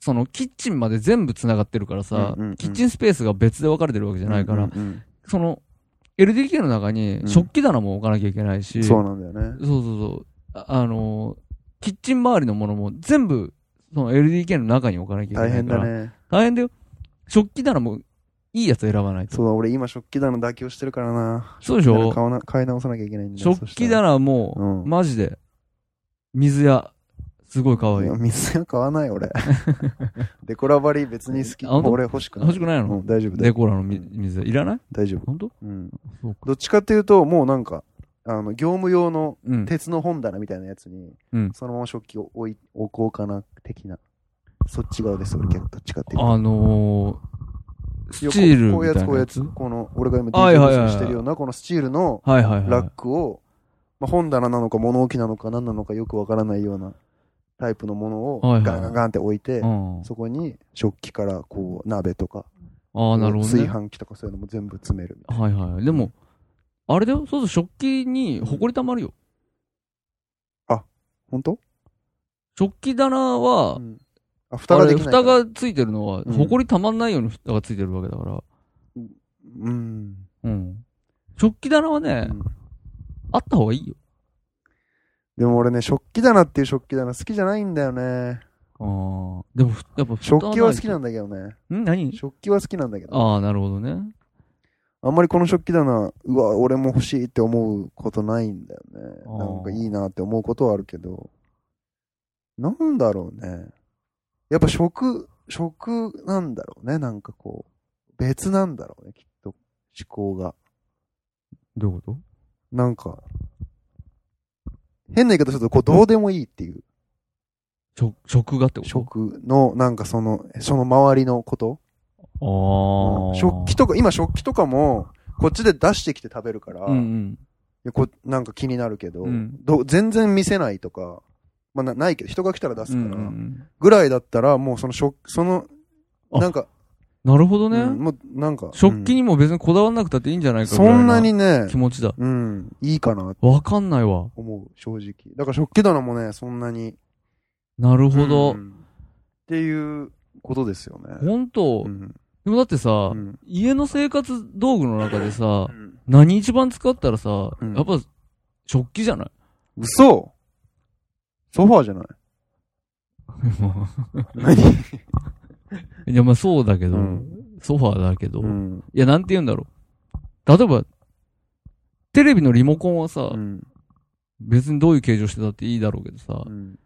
Speaker 3: そのキッチンまで全部繋がってるからさ、
Speaker 2: うんうんうん
Speaker 3: キッチンスペースが別で分かれてるわけじゃないから、
Speaker 2: うんうん
Speaker 3: その、LDK の中に
Speaker 2: うん
Speaker 3: 食器棚も置かなきゃいけないし、
Speaker 2: うんそうなんだよね。
Speaker 3: そうそうそう。ああのーキッチン周りのものも全部、その LDK の中に置かなきゃいけない
Speaker 2: 大
Speaker 3: から。
Speaker 2: 変だ。ね。
Speaker 3: 大変だよ。食器棚もいいやつ選ばないと。
Speaker 2: そうだ、俺今食器棚妥協してるからな。
Speaker 3: そうでしょ
Speaker 2: 買わな買い直さなきゃいけないんだよ
Speaker 3: 食器棚もう、
Speaker 2: うん
Speaker 3: マジで、水屋、すごい可
Speaker 2: そしたら
Speaker 3: 愛い
Speaker 2: いや。水は買わない、 俺。デコラバリ別に好き。
Speaker 3: あ本当
Speaker 2: 俺欲しくない。
Speaker 3: 欲しくないの、
Speaker 2: うん、大丈夫、
Speaker 3: デコラのみ水屋。いらない
Speaker 2: 大丈夫。
Speaker 3: 本当
Speaker 2: うん。
Speaker 3: そうか。
Speaker 2: どっちかっていうと、もうなんか、あの、業務用の
Speaker 3: うん。
Speaker 2: 鉄の本棚みたいなやつに、
Speaker 3: うん
Speaker 2: そのまま食器を置い置こうかな、的な。そっち側です、俺、逆どっちかっていうと。
Speaker 3: あのー、
Speaker 2: いや
Speaker 3: スチール
Speaker 2: こうこういう
Speaker 3: み
Speaker 2: や
Speaker 3: た
Speaker 2: つ、
Speaker 3: い
Speaker 2: こう
Speaker 3: な
Speaker 2: いうや
Speaker 3: やつ
Speaker 2: つ。この、俺が今
Speaker 3: はいはいはいはい
Speaker 2: DJ してるような、このスチールの
Speaker 3: はいはい
Speaker 2: ラッ
Speaker 3: は
Speaker 2: クを、まあ、本棚なのか物置なのか何なのかよくわからないようなタイプのものを
Speaker 3: はいはい
Speaker 2: ガンガンガンって置いて
Speaker 3: い。う、ん。
Speaker 2: そこに食器からこう鍋とか、
Speaker 3: ああ、なるほど
Speaker 2: 炊
Speaker 3: ね。
Speaker 2: 飯器とかそういうのも全部詰める。
Speaker 3: はいはい。でも、あれだよ。そうそう、食器に埃たまるよ。
Speaker 2: 本当
Speaker 3: 食器棚は
Speaker 2: う、んあ、蓋
Speaker 3: あ
Speaker 2: がで
Speaker 3: れ、
Speaker 2: きないから。
Speaker 3: 蓋がついてるのは、
Speaker 2: うん
Speaker 3: 埃たまんないように蓋がついてるわけだから。
Speaker 2: うん。
Speaker 3: うん。食器棚はね
Speaker 2: う、ん
Speaker 3: あった方がいいよ。
Speaker 2: でも俺ね、食器棚っていう食器棚好きじゃないんだよね。
Speaker 3: ああ。でもふ、やっぱ蓋
Speaker 2: 食器は好きなんんだけどね。
Speaker 3: ん何
Speaker 2: 食器は好きなんだけど。
Speaker 3: ああ、なるほどね。
Speaker 2: あんまりこの食器棚、うわ、俺も欲しいって思うことないんだよね。
Speaker 3: あー
Speaker 2: なんかいいなって思うことはあるけど、なんだろうね。やっぱ食、食なんだろうね。なんかこう、別なんだろうね、きっと。思考が。
Speaker 3: どういうこ
Speaker 2: なんか、変な言い方すると、こう、どうでもいいっていう。
Speaker 3: と食、食がってこと
Speaker 2: 食の、なんかその、その周りのこと。
Speaker 3: ああ。
Speaker 2: 食器とか、今食器とかも、こっちで出してきて食べるから、
Speaker 3: うんうん。
Speaker 2: でこうなんか気になるけど、
Speaker 3: うん
Speaker 2: ど全然見せないとか、まあ、なないけど人が来たら出すか
Speaker 3: うん
Speaker 2: ら、
Speaker 3: うんうん
Speaker 2: ぐらいだったらもうその食その
Speaker 3: あ
Speaker 2: なんか、
Speaker 3: なるほど
Speaker 2: うん
Speaker 3: ね。
Speaker 2: もうなんか
Speaker 3: 食器
Speaker 2: うん
Speaker 3: にも別にこだわんなくたっていいんじゃないかぐら
Speaker 2: そ
Speaker 3: い
Speaker 2: んな
Speaker 3: な
Speaker 2: にね、
Speaker 3: 気持ちだ。
Speaker 2: うん、いいかなと
Speaker 3: わかんないわ。
Speaker 2: 思う正直だから食器棚もねそんなに
Speaker 3: なるほ
Speaker 2: う
Speaker 3: ど。
Speaker 2: んっていうことですよね、
Speaker 3: 本当
Speaker 2: うん
Speaker 3: でもだってさ
Speaker 2: う、ん
Speaker 3: 家の生活道具の中でさ
Speaker 2: う、ん、
Speaker 3: 何一番使ったらさ
Speaker 2: う、ん
Speaker 3: やっぱ食器じゃない
Speaker 2: 嘘ソファーじゃない
Speaker 3: も
Speaker 2: 何、
Speaker 3: ういや、まあそうだけど
Speaker 2: うん、
Speaker 3: ソファーだけど
Speaker 2: う、ん
Speaker 3: いや、なんて言うんだろう。例えば、テレビのリモコンはさ
Speaker 2: う、ん
Speaker 3: 別にどういう形状してたっていいだろうけどさ
Speaker 2: う、ん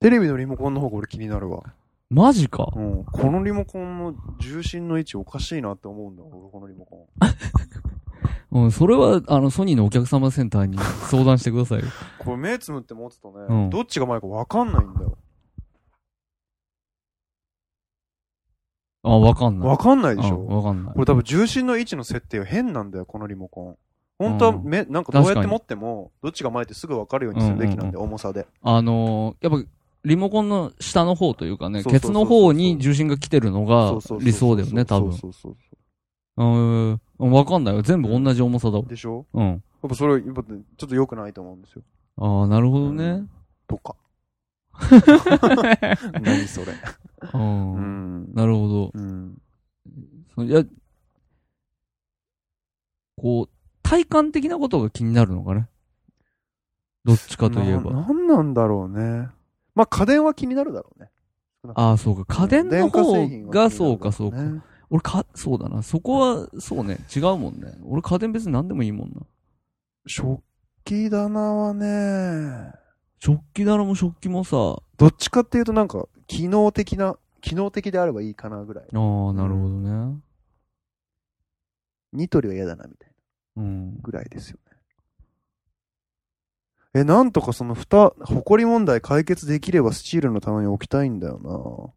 Speaker 2: テレビのリモコンの方が俺気になるわ
Speaker 3: マジか。
Speaker 2: うん、このリモコンの重心の位置おかしいなって思うんだよ、俺このリモコン。
Speaker 3: うん、それは、あの、ソニーのお客様センターに相談してくださいよ。
Speaker 2: これ目つむって持つとね、
Speaker 3: うん
Speaker 2: どっちが前かわかんないんだよ。
Speaker 3: あ、わかんない。
Speaker 2: わかんないでし
Speaker 3: うん
Speaker 2: ょ、
Speaker 3: わかんない
Speaker 2: こ。れ多分重心の位置の設定が変なんだよ、このリモコン。本当は目、なんかどうやっ
Speaker 3: 確か
Speaker 2: て
Speaker 3: に
Speaker 2: 持っても、どっちが前ってすぐわかるようにするべきなんで、重さで。
Speaker 3: あのーやっぱ、リモコンの下の方というかね、
Speaker 2: そうそう
Speaker 3: ケ
Speaker 2: そ
Speaker 3: ツ
Speaker 2: うそう
Speaker 3: の方に重心が来てるのが
Speaker 2: そうそうそうそう
Speaker 3: 理想だよね、多分。
Speaker 2: そうそうそう
Speaker 3: うん、わかんないよ。全部同じ重さだわ
Speaker 2: そう。でしょ
Speaker 3: うん。
Speaker 2: やっぱそれ、やっぱねちょっと良くないと思うんですよ。
Speaker 3: ああ、なるほど
Speaker 2: う
Speaker 3: ね。
Speaker 2: と か。何それ。う
Speaker 3: う。
Speaker 2: んん。
Speaker 3: なるほど。
Speaker 2: うん。
Speaker 3: そいや、こう、体感的なことが気になるのかね。どっちかといえば。
Speaker 2: な、なんなんだろうね。まあ、家電は気になるだろうね。
Speaker 3: ああ、そうか。家電の方
Speaker 2: 電化
Speaker 3: が、
Speaker 2: 製品は気になるだろね
Speaker 3: そうか、そうか。俺か、そうだな。そこは、そうね。違うもんね。俺家電別に何でもいいもんな。
Speaker 2: 食器棚はね、
Speaker 3: 食器棚も食器もさ、あ
Speaker 2: どっちかっていうとなんか、機能的な、機能的であればいいかなぐらい。
Speaker 3: あ、なるほどね。
Speaker 2: ニトリは嫌だな、みたいな
Speaker 3: うん。
Speaker 2: ぐらいですよね。え、なんとかその蓋、埃問題解決できればスチールの棚に置きたいんだよ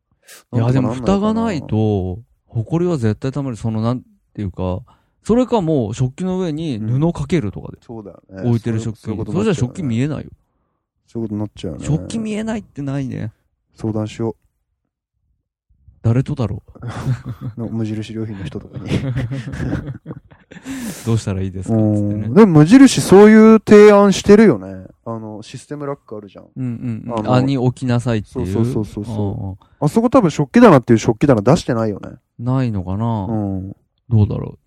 Speaker 3: い
Speaker 2: な。
Speaker 3: や、でも
Speaker 2: んとか
Speaker 3: 蓋
Speaker 2: んの
Speaker 3: が
Speaker 2: か
Speaker 3: ない。と、埃は絶対溜まる。その、なんていうか、それかもう食器の上に布かけるとかで
Speaker 2: そうだよね。
Speaker 3: 置いてる食器。
Speaker 2: そ
Speaker 3: そう
Speaker 2: いうこと
Speaker 3: れじゃ食器見
Speaker 2: え。
Speaker 3: えないよ。
Speaker 2: そういうことになっちゃうよね。
Speaker 3: 食器見えないってないね。
Speaker 2: 相談しよ
Speaker 3: 誰とだろう。
Speaker 2: う。の無印良品の人とかに。
Speaker 3: どうしたらいいです
Speaker 2: う
Speaker 3: かっつってね
Speaker 2: ん。。でも無印そういう提案してるよね。あの、システムラックあるじゃん。
Speaker 3: うんうん
Speaker 2: あ
Speaker 3: うん。
Speaker 2: の
Speaker 3: あに置きなさいっていう。
Speaker 2: そうそうそうそうそう
Speaker 3: そ
Speaker 2: あそこ多分食器棚っていう食器棚出してないよね。
Speaker 3: うん。ないのか
Speaker 2: う。
Speaker 3: なんどうだろ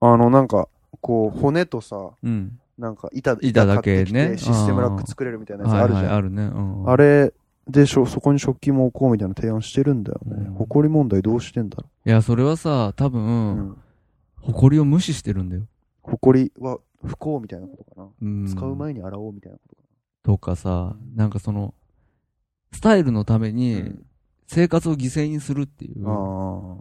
Speaker 2: あの、なんか、こう、骨とさ、
Speaker 3: う。うん。
Speaker 2: なんか板、
Speaker 3: 板だ
Speaker 2: 買
Speaker 3: けね
Speaker 2: ってきてシステムラック作れるみたいなやつ
Speaker 3: は
Speaker 2: あ
Speaker 3: い
Speaker 2: るじ
Speaker 3: はい、
Speaker 2: ゃん。
Speaker 3: あるね。うん。
Speaker 2: あれでしょ、そこに食器も置こうみたいな提案してるんだよね
Speaker 3: うん。
Speaker 2: 埃問題どうしてんだろ
Speaker 3: いや、それはさ、多
Speaker 2: う。
Speaker 3: 分、
Speaker 2: ん。
Speaker 3: 埃を無視してるんだよ。
Speaker 2: 埃は不幸みたいなことかな。
Speaker 3: うん。
Speaker 2: 使う前に洗おうみたいなことか
Speaker 3: とかさ、なんかその、スタイルのため
Speaker 2: う
Speaker 3: に
Speaker 2: ん、
Speaker 3: 生活を犠牲にするっていう
Speaker 2: な。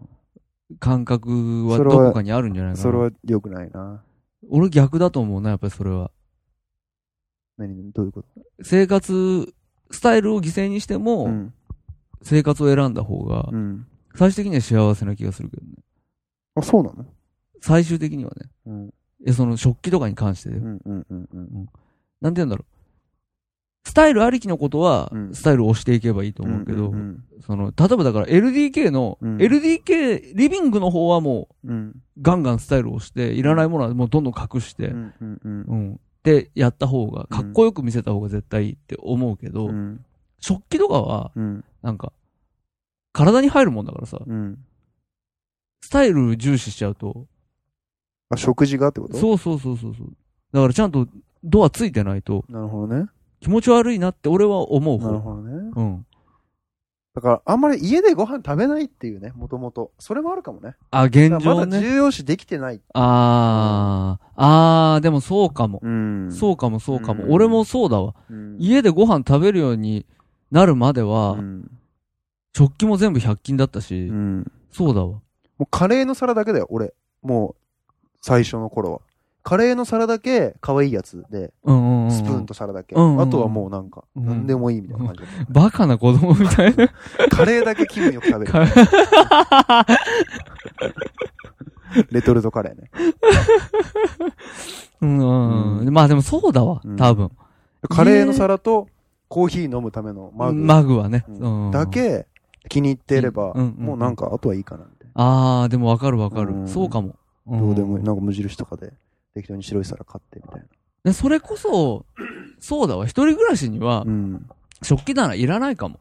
Speaker 3: 感覚は
Speaker 2: そ
Speaker 3: ど
Speaker 2: れは
Speaker 3: こかにあるんじゃ
Speaker 2: あ
Speaker 3: ない
Speaker 2: あ。
Speaker 3: か
Speaker 2: それ
Speaker 3: な。
Speaker 2: は良くないな。
Speaker 3: 俺逆だと思うな、やっぱりそれは。
Speaker 2: 何どういうこと
Speaker 3: 生活、スタイルを犠牲にして
Speaker 2: う
Speaker 3: も、
Speaker 2: ん。
Speaker 3: 生活を選んだ方が
Speaker 2: う、ん。
Speaker 3: 最終的には幸せな気がするけどね。
Speaker 2: あ、そうなの
Speaker 3: 最終的にはね。
Speaker 2: うん。
Speaker 3: え、その食器とかに関してだよ
Speaker 2: うんうんうんうん。
Speaker 3: なんて言うんだろう。スタイルありきのことは
Speaker 2: う、ん
Speaker 3: スタイルを押していけばいいと思うけど、
Speaker 2: んん
Speaker 3: その、例えばだから LDK の、
Speaker 2: うん
Speaker 3: LDK、リビングの方はもう、
Speaker 2: うんうん
Speaker 3: ガンガンスタイルをして、いらないものはもうどんどん隠して、
Speaker 2: う
Speaker 3: うん。
Speaker 2: んうんうん
Speaker 3: で、やった方が、かっこよく見せた方が絶対いいって思うけど、
Speaker 2: うん
Speaker 3: 食器とかは、
Speaker 2: うん
Speaker 3: なんか、体に入るもんだからさ、
Speaker 2: うん
Speaker 3: スタイル重視しちゃうと、
Speaker 2: あ、食事がってこと
Speaker 3: そうそうそうそうそう。だからちゃんと、ドアついてないと、
Speaker 2: なるほどね。
Speaker 3: 気持ち悪いなって俺は思う
Speaker 2: なるほ
Speaker 3: 方。
Speaker 2: どね。
Speaker 3: うん。
Speaker 2: だから、あんまり家でご飯食べないっていうね、もともと。それもあるかもね。
Speaker 3: あ、
Speaker 2: だ
Speaker 3: 現
Speaker 2: から
Speaker 3: 状
Speaker 2: まだ
Speaker 3: ね。
Speaker 2: 重要視できてない。
Speaker 3: あー、あー、でもそうかも。
Speaker 2: うん
Speaker 3: そうかもそうかも。
Speaker 2: うん
Speaker 3: 俺もそうだわ。
Speaker 2: うん。
Speaker 3: 家でご飯食べるようになるまでは、
Speaker 2: うん
Speaker 3: 食器も全部100均だったし、
Speaker 2: うん。も
Speaker 3: そうだわ。
Speaker 2: うカレーの皿だけだよ、俺。もう、最初の頃は。カレーの皿だけ、可愛いやつで、
Speaker 3: うんうんうん。
Speaker 2: スプーンと皿だけ。
Speaker 3: うんうん
Speaker 2: あとはもうなんか、
Speaker 3: うん
Speaker 2: 何でもいいみたいな感じだっ
Speaker 3: バカな子供みた いな。
Speaker 2: た。カレーだけ気分よく食べる。レトルトカレーね。
Speaker 3: うんうん、
Speaker 2: う
Speaker 3: まあでもそうだわ
Speaker 2: うん。
Speaker 3: 多分。
Speaker 2: カレーの皿と、コーヒー飲むためのマグ。
Speaker 3: マグはね。
Speaker 2: うん
Speaker 3: うん
Speaker 2: だけ気に入っていれば、
Speaker 3: うんうんうん
Speaker 2: もうなんか、あとはいいかな、みたいな。
Speaker 3: あー、でもわかるわか
Speaker 2: う
Speaker 3: る。
Speaker 2: ん
Speaker 3: そうかも。ん
Speaker 2: どうでもいい。なんか無印とかで、適当に白い皿買って、みたいな。
Speaker 3: でそれこそ、そうだわ。一人暮らしには
Speaker 2: う、ん。
Speaker 3: 食器棚いらないかも。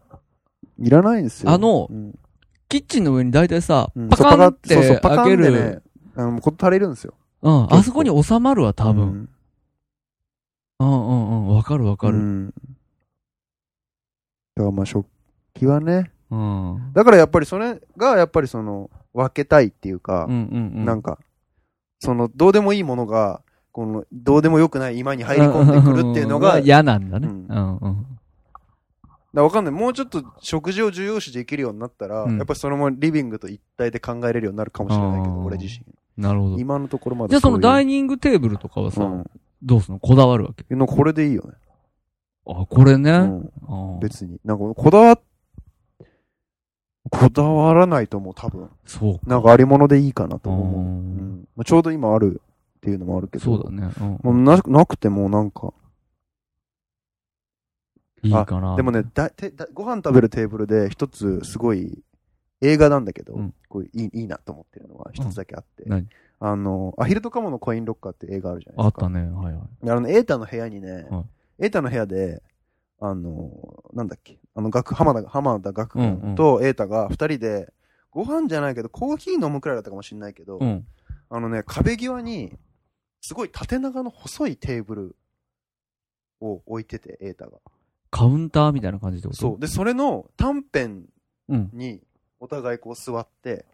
Speaker 2: いらないんですよ。
Speaker 3: あの
Speaker 2: うん、
Speaker 3: キッチンの上に大体さ
Speaker 2: うん、
Speaker 3: パ
Speaker 2: そう
Speaker 3: カンっ
Speaker 2: そうそう
Speaker 3: て
Speaker 2: パカン
Speaker 3: 開け
Speaker 2: で
Speaker 3: る
Speaker 2: ね。、あの、こと足りるんですよ。
Speaker 3: うん、あそこに収まるわ、多
Speaker 2: う
Speaker 3: 分。
Speaker 2: ん。
Speaker 3: うんうんうん。わかるわか
Speaker 2: う
Speaker 3: る。
Speaker 2: んだからまあ食器はね。
Speaker 3: うん。うん
Speaker 2: だからやっぱりそれが、やっぱりその、分けたいっていうか
Speaker 3: う、んうん。
Speaker 2: なんか、その、どうでもいいものが、この、どうでもよくない今に入り込んでくるっていうの
Speaker 3: んん
Speaker 2: が
Speaker 3: ん、嫌なんだね。
Speaker 2: う
Speaker 3: うんんうん。
Speaker 2: らわかんない。もうちょっと食事を重要視できるようになったら、
Speaker 3: うん
Speaker 2: やっぱりそのままリビングと一体で考えれるようになるかもしれないけ
Speaker 3: あー
Speaker 2: ど、俺自身。
Speaker 3: なるほど。じ
Speaker 2: 今のところまだ
Speaker 3: ゃあそのダイ
Speaker 2: ニ
Speaker 3: ニングテーブルとかはさ、
Speaker 2: うん。
Speaker 3: どうすんのこだわるわけ。
Speaker 2: なんかこれでいいよね。
Speaker 3: あ、これね。
Speaker 2: う
Speaker 3: あ
Speaker 2: ん。
Speaker 3: ー
Speaker 2: 別に。なんかこだわ、こだわらないと思う、多分。
Speaker 3: そう
Speaker 2: なんかありものでいいかなと
Speaker 3: か。
Speaker 2: 思う。う
Speaker 3: うん
Speaker 2: んまあ、ちょうど今あるっていうのもあるけど。
Speaker 3: そうだね。うん
Speaker 2: もうななくてもなんか。
Speaker 3: いいかな。
Speaker 2: でもね、だてだご飯食べるテーブルで一つすごい映画なんだけど、
Speaker 3: うん
Speaker 2: こういいいいなと思ってるのは一つだけあって、
Speaker 3: 何
Speaker 2: あの、アヒルとカモのコインロッカーって映画あるじゃないで
Speaker 3: あっ
Speaker 2: すか。
Speaker 3: たね。はいはい。
Speaker 2: であの、エータの部屋にね、
Speaker 3: は
Speaker 2: エータの部屋で、あの、なんだっけ、あの、学、浜田、浜田学
Speaker 3: うんうん
Speaker 2: 君とエータが二人で、ご飯じゃないけど、コーヒー飲むくらいだったかもしれないけど、
Speaker 3: うん。
Speaker 2: あのね、壁際に、すごい縦長の細いテーブルを置いてて、エータが。
Speaker 3: カウンターみたいな感じってこと
Speaker 2: そう。で、それの短編
Speaker 3: う。うん。
Speaker 2: に、お互いこう座って、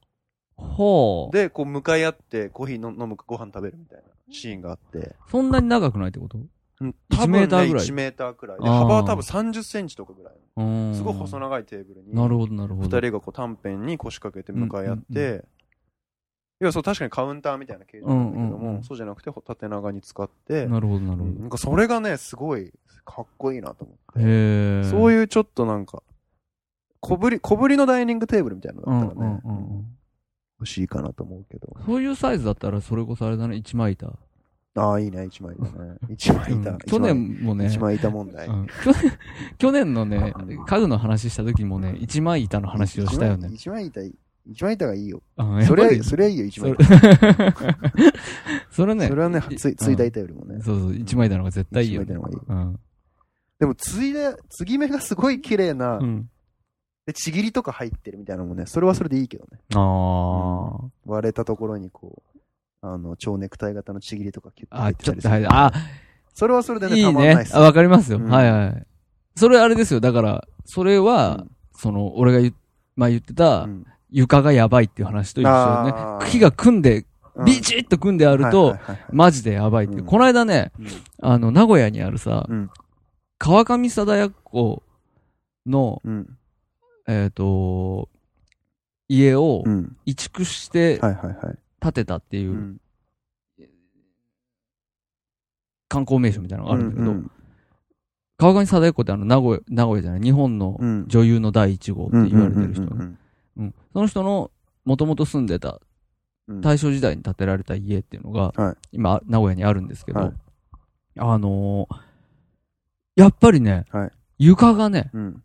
Speaker 3: ほう。
Speaker 2: で、こう向かい合って、コーヒーの飲むかご飯食べるみたいなシーンがあって、
Speaker 3: そんなに長くないってこと
Speaker 2: うん
Speaker 3: 1メーターぐらい
Speaker 2: 1メーターくらい。で、
Speaker 3: あー
Speaker 2: 幅は多分30センチとかぐらい。
Speaker 3: うん。
Speaker 2: すごい細長いテーブルに、
Speaker 3: なるほど、なるほ
Speaker 2: 二
Speaker 3: ど。
Speaker 2: 人がこう短編に腰掛けて向かい合っ
Speaker 3: うんうん
Speaker 2: て、いや、そう、確かにカウンターみたいな形状なんだけど
Speaker 3: うんうんう
Speaker 2: も
Speaker 3: ん、
Speaker 2: そうじゃなくて縦長に使って、
Speaker 3: なるほど、なるほ
Speaker 2: うんなんかそれがね、すごいかっこいいなと思
Speaker 3: ど。へ
Speaker 2: う。
Speaker 3: え。
Speaker 2: そう
Speaker 3: う
Speaker 2: いうちょっとなんか、小ぶり、小ぶりのダイニングテーブルみたいなのだ
Speaker 3: ん
Speaker 2: った
Speaker 3: う
Speaker 2: ら
Speaker 3: ん
Speaker 2: ね
Speaker 3: う、んうん。
Speaker 2: 欲しいかなと思うけど。
Speaker 3: そういうサイズだったら、それこそあれだね、一枚板。
Speaker 2: ああ、いいね、一枚だね。 一枚
Speaker 3: う
Speaker 2: 板
Speaker 3: ん。去年もね、
Speaker 2: 一枚板問題
Speaker 3: う。ん 去年去年のね、家具の話した時もね、一枚板の話をしたよね。
Speaker 2: 一枚板、一枚板がいいよ。
Speaker 3: うん やっ
Speaker 2: そ
Speaker 3: ぱ
Speaker 2: れ
Speaker 3: り
Speaker 2: は、それはいいよ、一枚
Speaker 3: それ
Speaker 2: 板。
Speaker 3: それ ね
Speaker 2: そ、れはね、
Speaker 3: い
Speaker 2: つい、ついだ板よりもね。
Speaker 3: そうそう、一枚板の方が絶対いい
Speaker 2: 一枚板
Speaker 3: よね。
Speaker 2: の方がいい。
Speaker 3: うん。
Speaker 2: でも、ついで、継ぎ目がすごい綺麗な
Speaker 3: う、ん。
Speaker 2: で、ちぎりとか入ってるみたいなのもね、それはそれでいいけどね。
Speaker 3: あー。
Speaker 2: 割れたところにこう、あの、蝶ネクタイ型のちぎりとかキュッと入
Speaker 3: あ、
Speaker 2: ってた
Speaker 3: ちょっ
Speaker 2: り
Speaker 3: と
Speaker 2: する
Speaker 3: 入る。あ、
Speaker 2: それはそれでね、
Speaker 3: い
Speaker 2: た
Speaker 3: い
Speaker 2: まんないっ
Speaker 3: ね。
Speaker 2: す
Speaker 3: あ、わかりますよ。
Speaker 2: うん
Speaker 3: はいはい。それあれですよ。だから、それは、
Speaker 2: うん
Speaker 3: その、俺が言っ、まあ、言ってた、
Speaker 2: うん
Speaker 3: 床がやばいっていう話と一緒よね。
Speaker 2: あー
Speaker 3: 茎が組んで、
Speaker 2: うん
Speaker 3: ビチッと組んである
Speaker 2: は
Speaker 3: と
Speaker 2: い、はいはいはい
Speaker 3: マジでやばいっていう。
Speaker 2: うん
Speaker 3: この間ね、
Speaker 2: うん
Speaker 3: あの、名古屋にあるさ、
Speaker 2: うん
Speaker 3: 川上貞子の、
Speaker 2: うん。
Speaker 3: えっ、と、家を
Speaker 2: うん。
Speaker 3: 移築して
Speaker 2: はいはいはい。。
Speaker 3: 建てたっていううん観光名所みたいなのがあるんだけど、
Speaker 2: うん
Speaker 3: 川上貞子ってあの、名古屋、名古屋じゃない、日本の
Speaker 2: うん
Speaker 3: 女優の第一号って言われてる人ね。
Speaker 2: うんうんうん
Speaker 3: うんその人の、もともと住んでた、
Speaker 2: うん
Speaker 3: 大正時代に建てられた家っていうのが、
Speaker 2: はい
Speaker 3: 今、名古屋にあるんですけど、
Speaker 2: はい
Speaker 3: あのーやっぱりね、
Speaker 2: はい
Speaker 3: 床がね、
Speaker 2: うん。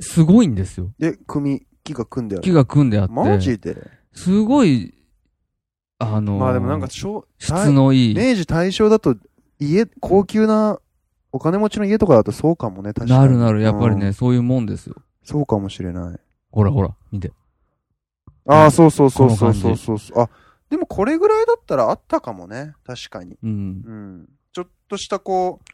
Speaker 3: すごいんですよ。
Speaker 2: で、組、木が組んであ
Speaker 3: 木
Speaker 2: る。
Speaker 3: が組んであって、
Speaker 2: マジで
Speaker 3: すごい、あのー
Speaker 2: まあでもなんか、小、
Speaker 3: 質のいい、
Speaker 2: 明治大正だと、家、高級な、お金持ちの家とかだとそうかもね、確かに。
Speaker 3: なるなる、やっぱり
Speaker 2: う
Speaker 3: ね、
Speaker 2: ん。
Speaker 3: そういうもんですよ。
Speaker 2: そうかもしれない。
Speaker 3: ほらほら、見て。
Speaker 2: ああ、そうそうそうそう
Speaker 3: この
Speaker 2: そ
Speaker 3: 感
Speaker 2: う
Speaker 3: じ
Speaker 2: そうそう。あ、でもこれぐらいだったらあったかもね、確かに。
Speaker 3: うん。
Speaker 2: うん。ちょっとしたこう、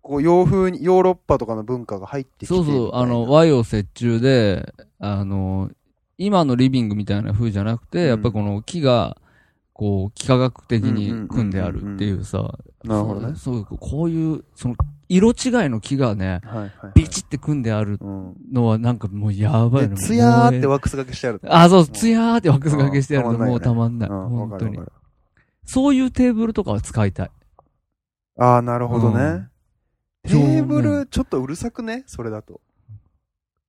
Speaker 2: こう洋風に、ヨーロッパとかの文化が入ってきて。
Speaker 3: そうそう、あの、、和洋折衷で、あの、今のリビングみたいな風じゃなくて、
Speaker 2: うん
Speaker 3: やっぱこの木が、こう、幾何学的に組んであるっていうさ、
Speaker 2: なるほどね。
Speaker 3: そうそう、こういう、その、色違いの木がね、
Speaker 2: はいはいはい。
Speaker 3: ビチって組んである
Speaker 2: うん。
Speaker 3: のはなんかもうやばい
Speaker 2: で、
Speaker 3: の。
Speaker 2: ツヤーって
Speaker 3: もう
Speaker 2: ワックスがけしてある。
Speaker 3: えあ、そう、ツヤーってワックス掛けしてやる
Speaker 2: う
Speaker 3: と
Speaker 2: んたまんないよね
Speaker 3: も
Speaker 2: うん、わか
Speaker 3: うたまんない。本
Speaker 2: る
Speaker 3: 当
Speaker 2: わ
Speaker 3: に
Speaker 2: か。る。
Speaker 3: そういうテーブルとかは使いたい。
Speaker 2: ああ、なるほど
Speaker 3: う
Speaker 2: ね
Speaker 3: ん。
Speaker 2: テーブ
Speaker 3: そうう
Speaker 2: ル、ちょっとうるさくねそれだと。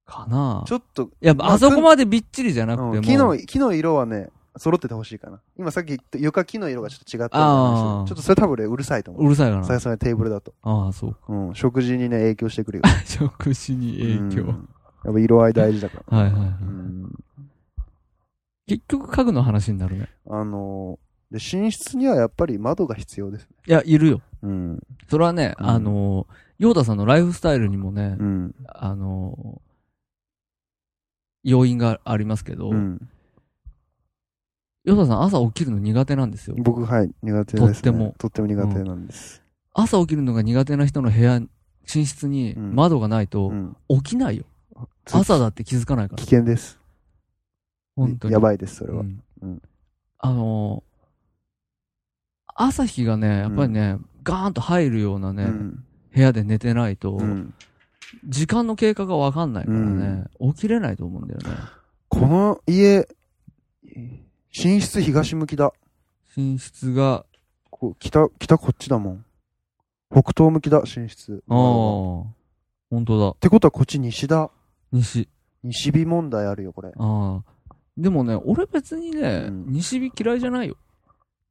Speaker 3: かな
Speaker 2: ちょっと、
Speaker 3: いや、
Speaker 2: まあ
Speaker 3: あそこまでびっちりじゃなくて
Speaker 2: う
Speaker 3: も。
Speaker 2: ん木の、木の色はね、揃っててほしいかな。今さっき言った床木の色がちょっと違ってる
Speaker 3: あー
Speaker 2: 話ちょっとそれ多分ね、うるさいと思
Speaker 3: う
Speaker 2: う。
Speaker 3: るさいか
Speaker 2: さ
Speaker 3: な。
Speaker 2: すがにテーブルだと。
Speaker 3: ああ、そう。
Speaker 2: うん。食事にね、影響してくるよ。
Speaker 3: 食事に影
Speaker 2: うん
Speaker 3: 響。
Speaker 2: やっぱ色合い大事だから。
Speaker 3: はいはいはい。
Speaker 2: うん。
Speaker 3: 結局家具の話になるね。
Speaker 2: あのーで、寝室にはやっぱり窓が必要ですね。
Speaker 3: いや、いるよ。
Speaker 2: うん。
Speaker 3: それはね、
Speaker 2: うん
Speaker 3: あのー、ヨーダさんのライフスタイルにもね、
Speaker 2: うん。
Speaker 3: あのー、要因がありますけど、
Speaker 2: うん。
Speaker 3: ヨーダさん朝起きるの苦手なんですよ。
Speaker 2: 僕、はい、苦手です、ね。
Speaker 3: とっても
Speaker 2: とっても苦手なんです。
Speaker 3: 朝起きるのが苦手な人の部屋、寝室に
Speaker 2: うん
Speaker 3: 窓がないと
Speaker 2: う、ん。
Speaker 3: 起きないよ。朝だって気づかないから
Speaker 2: 危。険です。
Speaker 3: 本当に。
Speaker 2: や
Speaker 3: い、
Speaker 2: ばいです、それは。うん
Speaker 3: あのー、朝日がね、やっぱりね、ガーンと入るようなね、
Speaker 2: うん。
Speaker 3: 部屋で寝てないと、
Speaker 2: うん。
Speaker 3: 時間の経過がわかんないからね、起きれないと思うんだよね。
Speaker 2: この家、寝室東向きだ。
Speaker 3: 寝室が、
Speaker 2: こう北、北こっちだもん。北東向きだ、寝室。
Speaker 3: ああ、本当
Speaker 2: っ
Speaker 3: だ。
Speaker 2: てことはこっち西だ。
Speaker 3: 西。
Speaker 2: 西日問題あるよ、これ。
Speaker 3: ああ。でもね、俺別にね、
Speaker 2: うん
Speaker 3: 西日嫌いじゃないよ。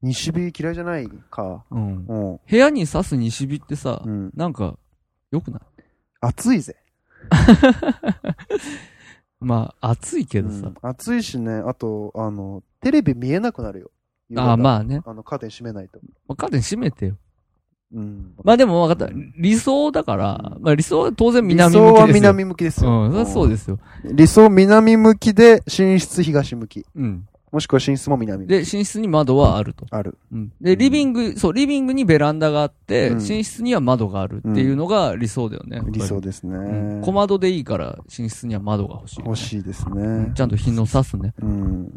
Speaker 2: 西日嫌いじゃないか。
Speaker 3: うん。
Speaker 2: うん。
Speaker 3: 部屋に刺す西日ってさ、
Speaker 2: うん。
Speaker 3: なんか、良くない
Speaker 2: 暑いぜ。
Speaker 3: まあ、暑いけど
Speaker 2: う
Speaker 3: さ
Speaker 2: ん。暑いしね、あと、あの、テレビ見えなくなるよ。
Speaker 3: ああ、
Speaker 2: あ。
Speaker 3: まあね。
Speaker 2: あの、カーテン閉めないと。
Speaker 3: まあ、カーテン閉めてよ。
Speaker 2: うん。
Speaker 3: まあでも分かった。理想だから、
Speaker 2: うん
Speaker 3: まあ理想は当然
Speaker 2: 理
Speaker 3: 南向
Speaker 2: 想は
Speaker 3: きですよ。
Speaker 2: 南向きですよ。
Speaker 3: うん、そりゃそう
Speaker 2: で
Speaker 3: ですよ。
Speaker 2: す。理想南向きで、寝室東向き。
Speaker 3: うん。
Speaker 2: もしくは寝室も南向き。
Speaker 3: で、寝室に窓はあると。
Speaker 2: ある。
Speaker 3: うん。で、リビング、そう、リビングにベランダがあって、
Speaker 2: うん
Speaker 3: 寝室には窓があるっていうのが理想だよね。
Speaker 2: 理想
Speaker 3: ね。
Speaker 2: です
Speaker 3: うん
Speaker 2: ね。
Speaker 3: 小窓でいいから、寝室には窓が欲しいよね、
Speaker 2: 欲しいです
Speaker 3: うん
Speaker 2: ね
Speaker 3: ち。ゃんと日の差すね。
Speaker 2: うん。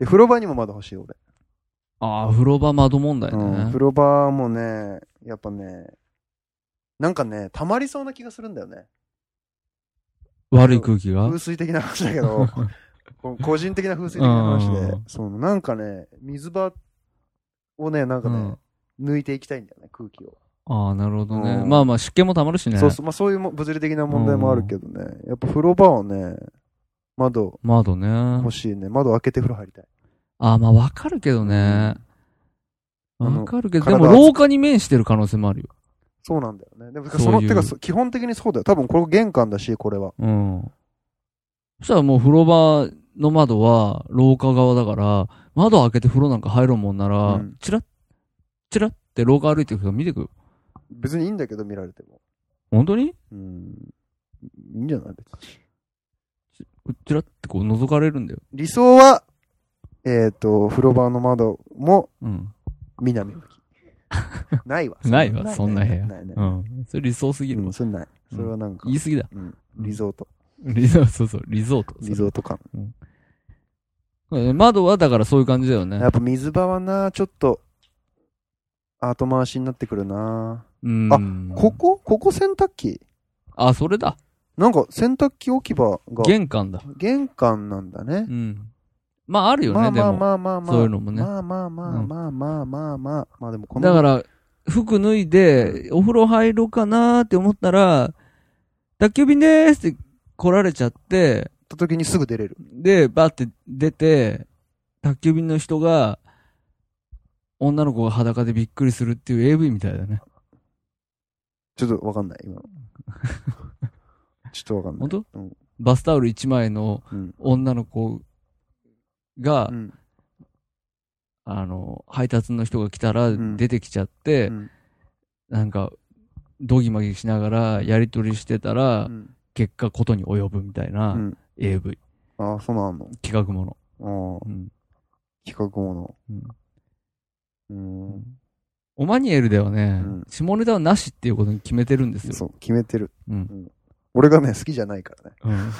Speaker 2: で、風呂場にもまだ欲しい、俺。
Speaker 3: ああ、風呂場窓問題
Speaker 2: うん。
Speaker 3: ね
Speaker 2: 風。呂場もね、やっぱね、なんかね、溜まりそうな気がするんだよね。
Speaker 3: 悪い空気が。
Speaker 2: 風水的な話だけ ど、こ個人的な風水的な話で
Speaker 3: うん、
Speaker 2: そのなんかね、水場をね、なんかね、抜いていきたいんだよね、空気を。
Speaker 3: ああ、なるほどね。
Speaker 2: うん
Speaker 3: まあまあ、湿気もたまるしね。
Speaker 2: そうそう、まあそういうも物理的な問題もあるけどね、やっぱ風呂場をね、窓
Speaker 3: 窓ね。
Speaker 2: 欲しいね、窓開けて風呂入りたい。
Speaker 3: ああ、まあ、わかるけどね。
Speaker 2: うんあの
Speaker 3: わかるけど、で
Speaker 2: 体
Speaker 3: も廊下に面してる可能性もあるよ。
Speaker 2: そうなんだよね。でも、
Speaker 3: そういう
Speaker 2: その、てか、そ基本的にそうだよ。多分これ玄関だし、これは。
Speaker 3: うん。そしたらもう風呂場の窓は廊下側だから、窓開けて風呂なんか入ろうもんな
Speaker 2: う
Speaker 3: ら
Speaker 2: ん、
Speaker 3: チラッ、チラッって廊下歩いてる人見てくよ。
Speaker 2: 別にいいんだけど、見られても。
Speaker 3: 本当に
Speaker 2: うん。いいんじゃない別に。
Speaker 3: チラッってこう覗かれるんだよ。
Speaker 2: 理想は、えっ、と、風呂場の窓も
Speaker 3: うん。
Speaker 2: 南向 き。ないわ。
Speaker 3: ないわ、
Speaker 2: ね
Speaker 3: そんな部屋。
Speaker 2: ないね。
Speaker 3: うん。それ理想すぎる
Speaker 2: う
Speaker 3: わ
Speaker 2: ん、。それない。それはなんか
Speaker 3: 言、い過ぎだ。
Speaker 2: うん、リゾート。
Speaker 3: リゾそうそう、リゾート。
Speaker 2: リゾート感。
Speaker 3: うん窓はだからそういう感じだよね
Speaker 2: や。っぱ水場はな、ちょっと、後回しになってくるな。
Speaker 3: うん。
Speaker 2: ここここ洗濯機
Speaker 3: あ、それだ。
Speaker 2: なんか洗濯機置き場が
Speaker 3: 玄関だ。
Speaker 2: 玄関なんだね
Speaker 3: う。ん。まあ、あるよ
Speaker 2: まあ
Speaker 3: ね、で
Speaker 2: まあ
Speaker 3: も。
Speaker 2: まあまあまあ。
Speaker 3: そういうのもね
Speaker 2: まあまあまあまあまあまあまあ。まあでもこの。
Speaker 3: だから、服脱いで、お風呂入ろうかなーって思ったら、宅急便でーすって来られちゃって、
Speaker 2: た時にすぐ出れる。
Speaker 3: で、バーって出て、宅急便の人が、女の子が裸でびっくりするっていう AV みたいだね。
Speaker 2: ちょっとわかんない、 今の。ちょっとわかんな
Speaker 3: 本
Speaker 2: い。
Speaker 3: 当
Speaker 2: うん
Speaker 3: バスタオル1枚の
Speaker 2: うん。
Speaker 3: 女の子が、
Speaker 2: うん。
Speaker 3: あの、配達の人が来たら
Speaker 2: ん
Speaker 3: 出てきちゃって、
Speaker 2: うん
Speaker 3: なんか、ドギマギしながらやり取りしてたら、
Speaker 2: うん
Speaker 3: 結果ことに及ぶみたいな、
Speaker 2: うん
Speaker 3: AV、
Speaker 2: ああ、そうなんの。
Speaker 3: 企画もの。
Speaker 2: あ
Speaker 3: うん。
Speaker 2: あ、企画もの。
Speaker 3: うん
Speaker 2: うーん。
Speaker 3: オマニエルではね、
Speaker 2: うん
Speaker 3: 下ネタはなしっていうことに決めてるんですよ。
Speaker 2: そう、決めてる。
Speaker 3: うん
Speaker 2: 俺がね、好きじゃないからね。
Speaker 3: うん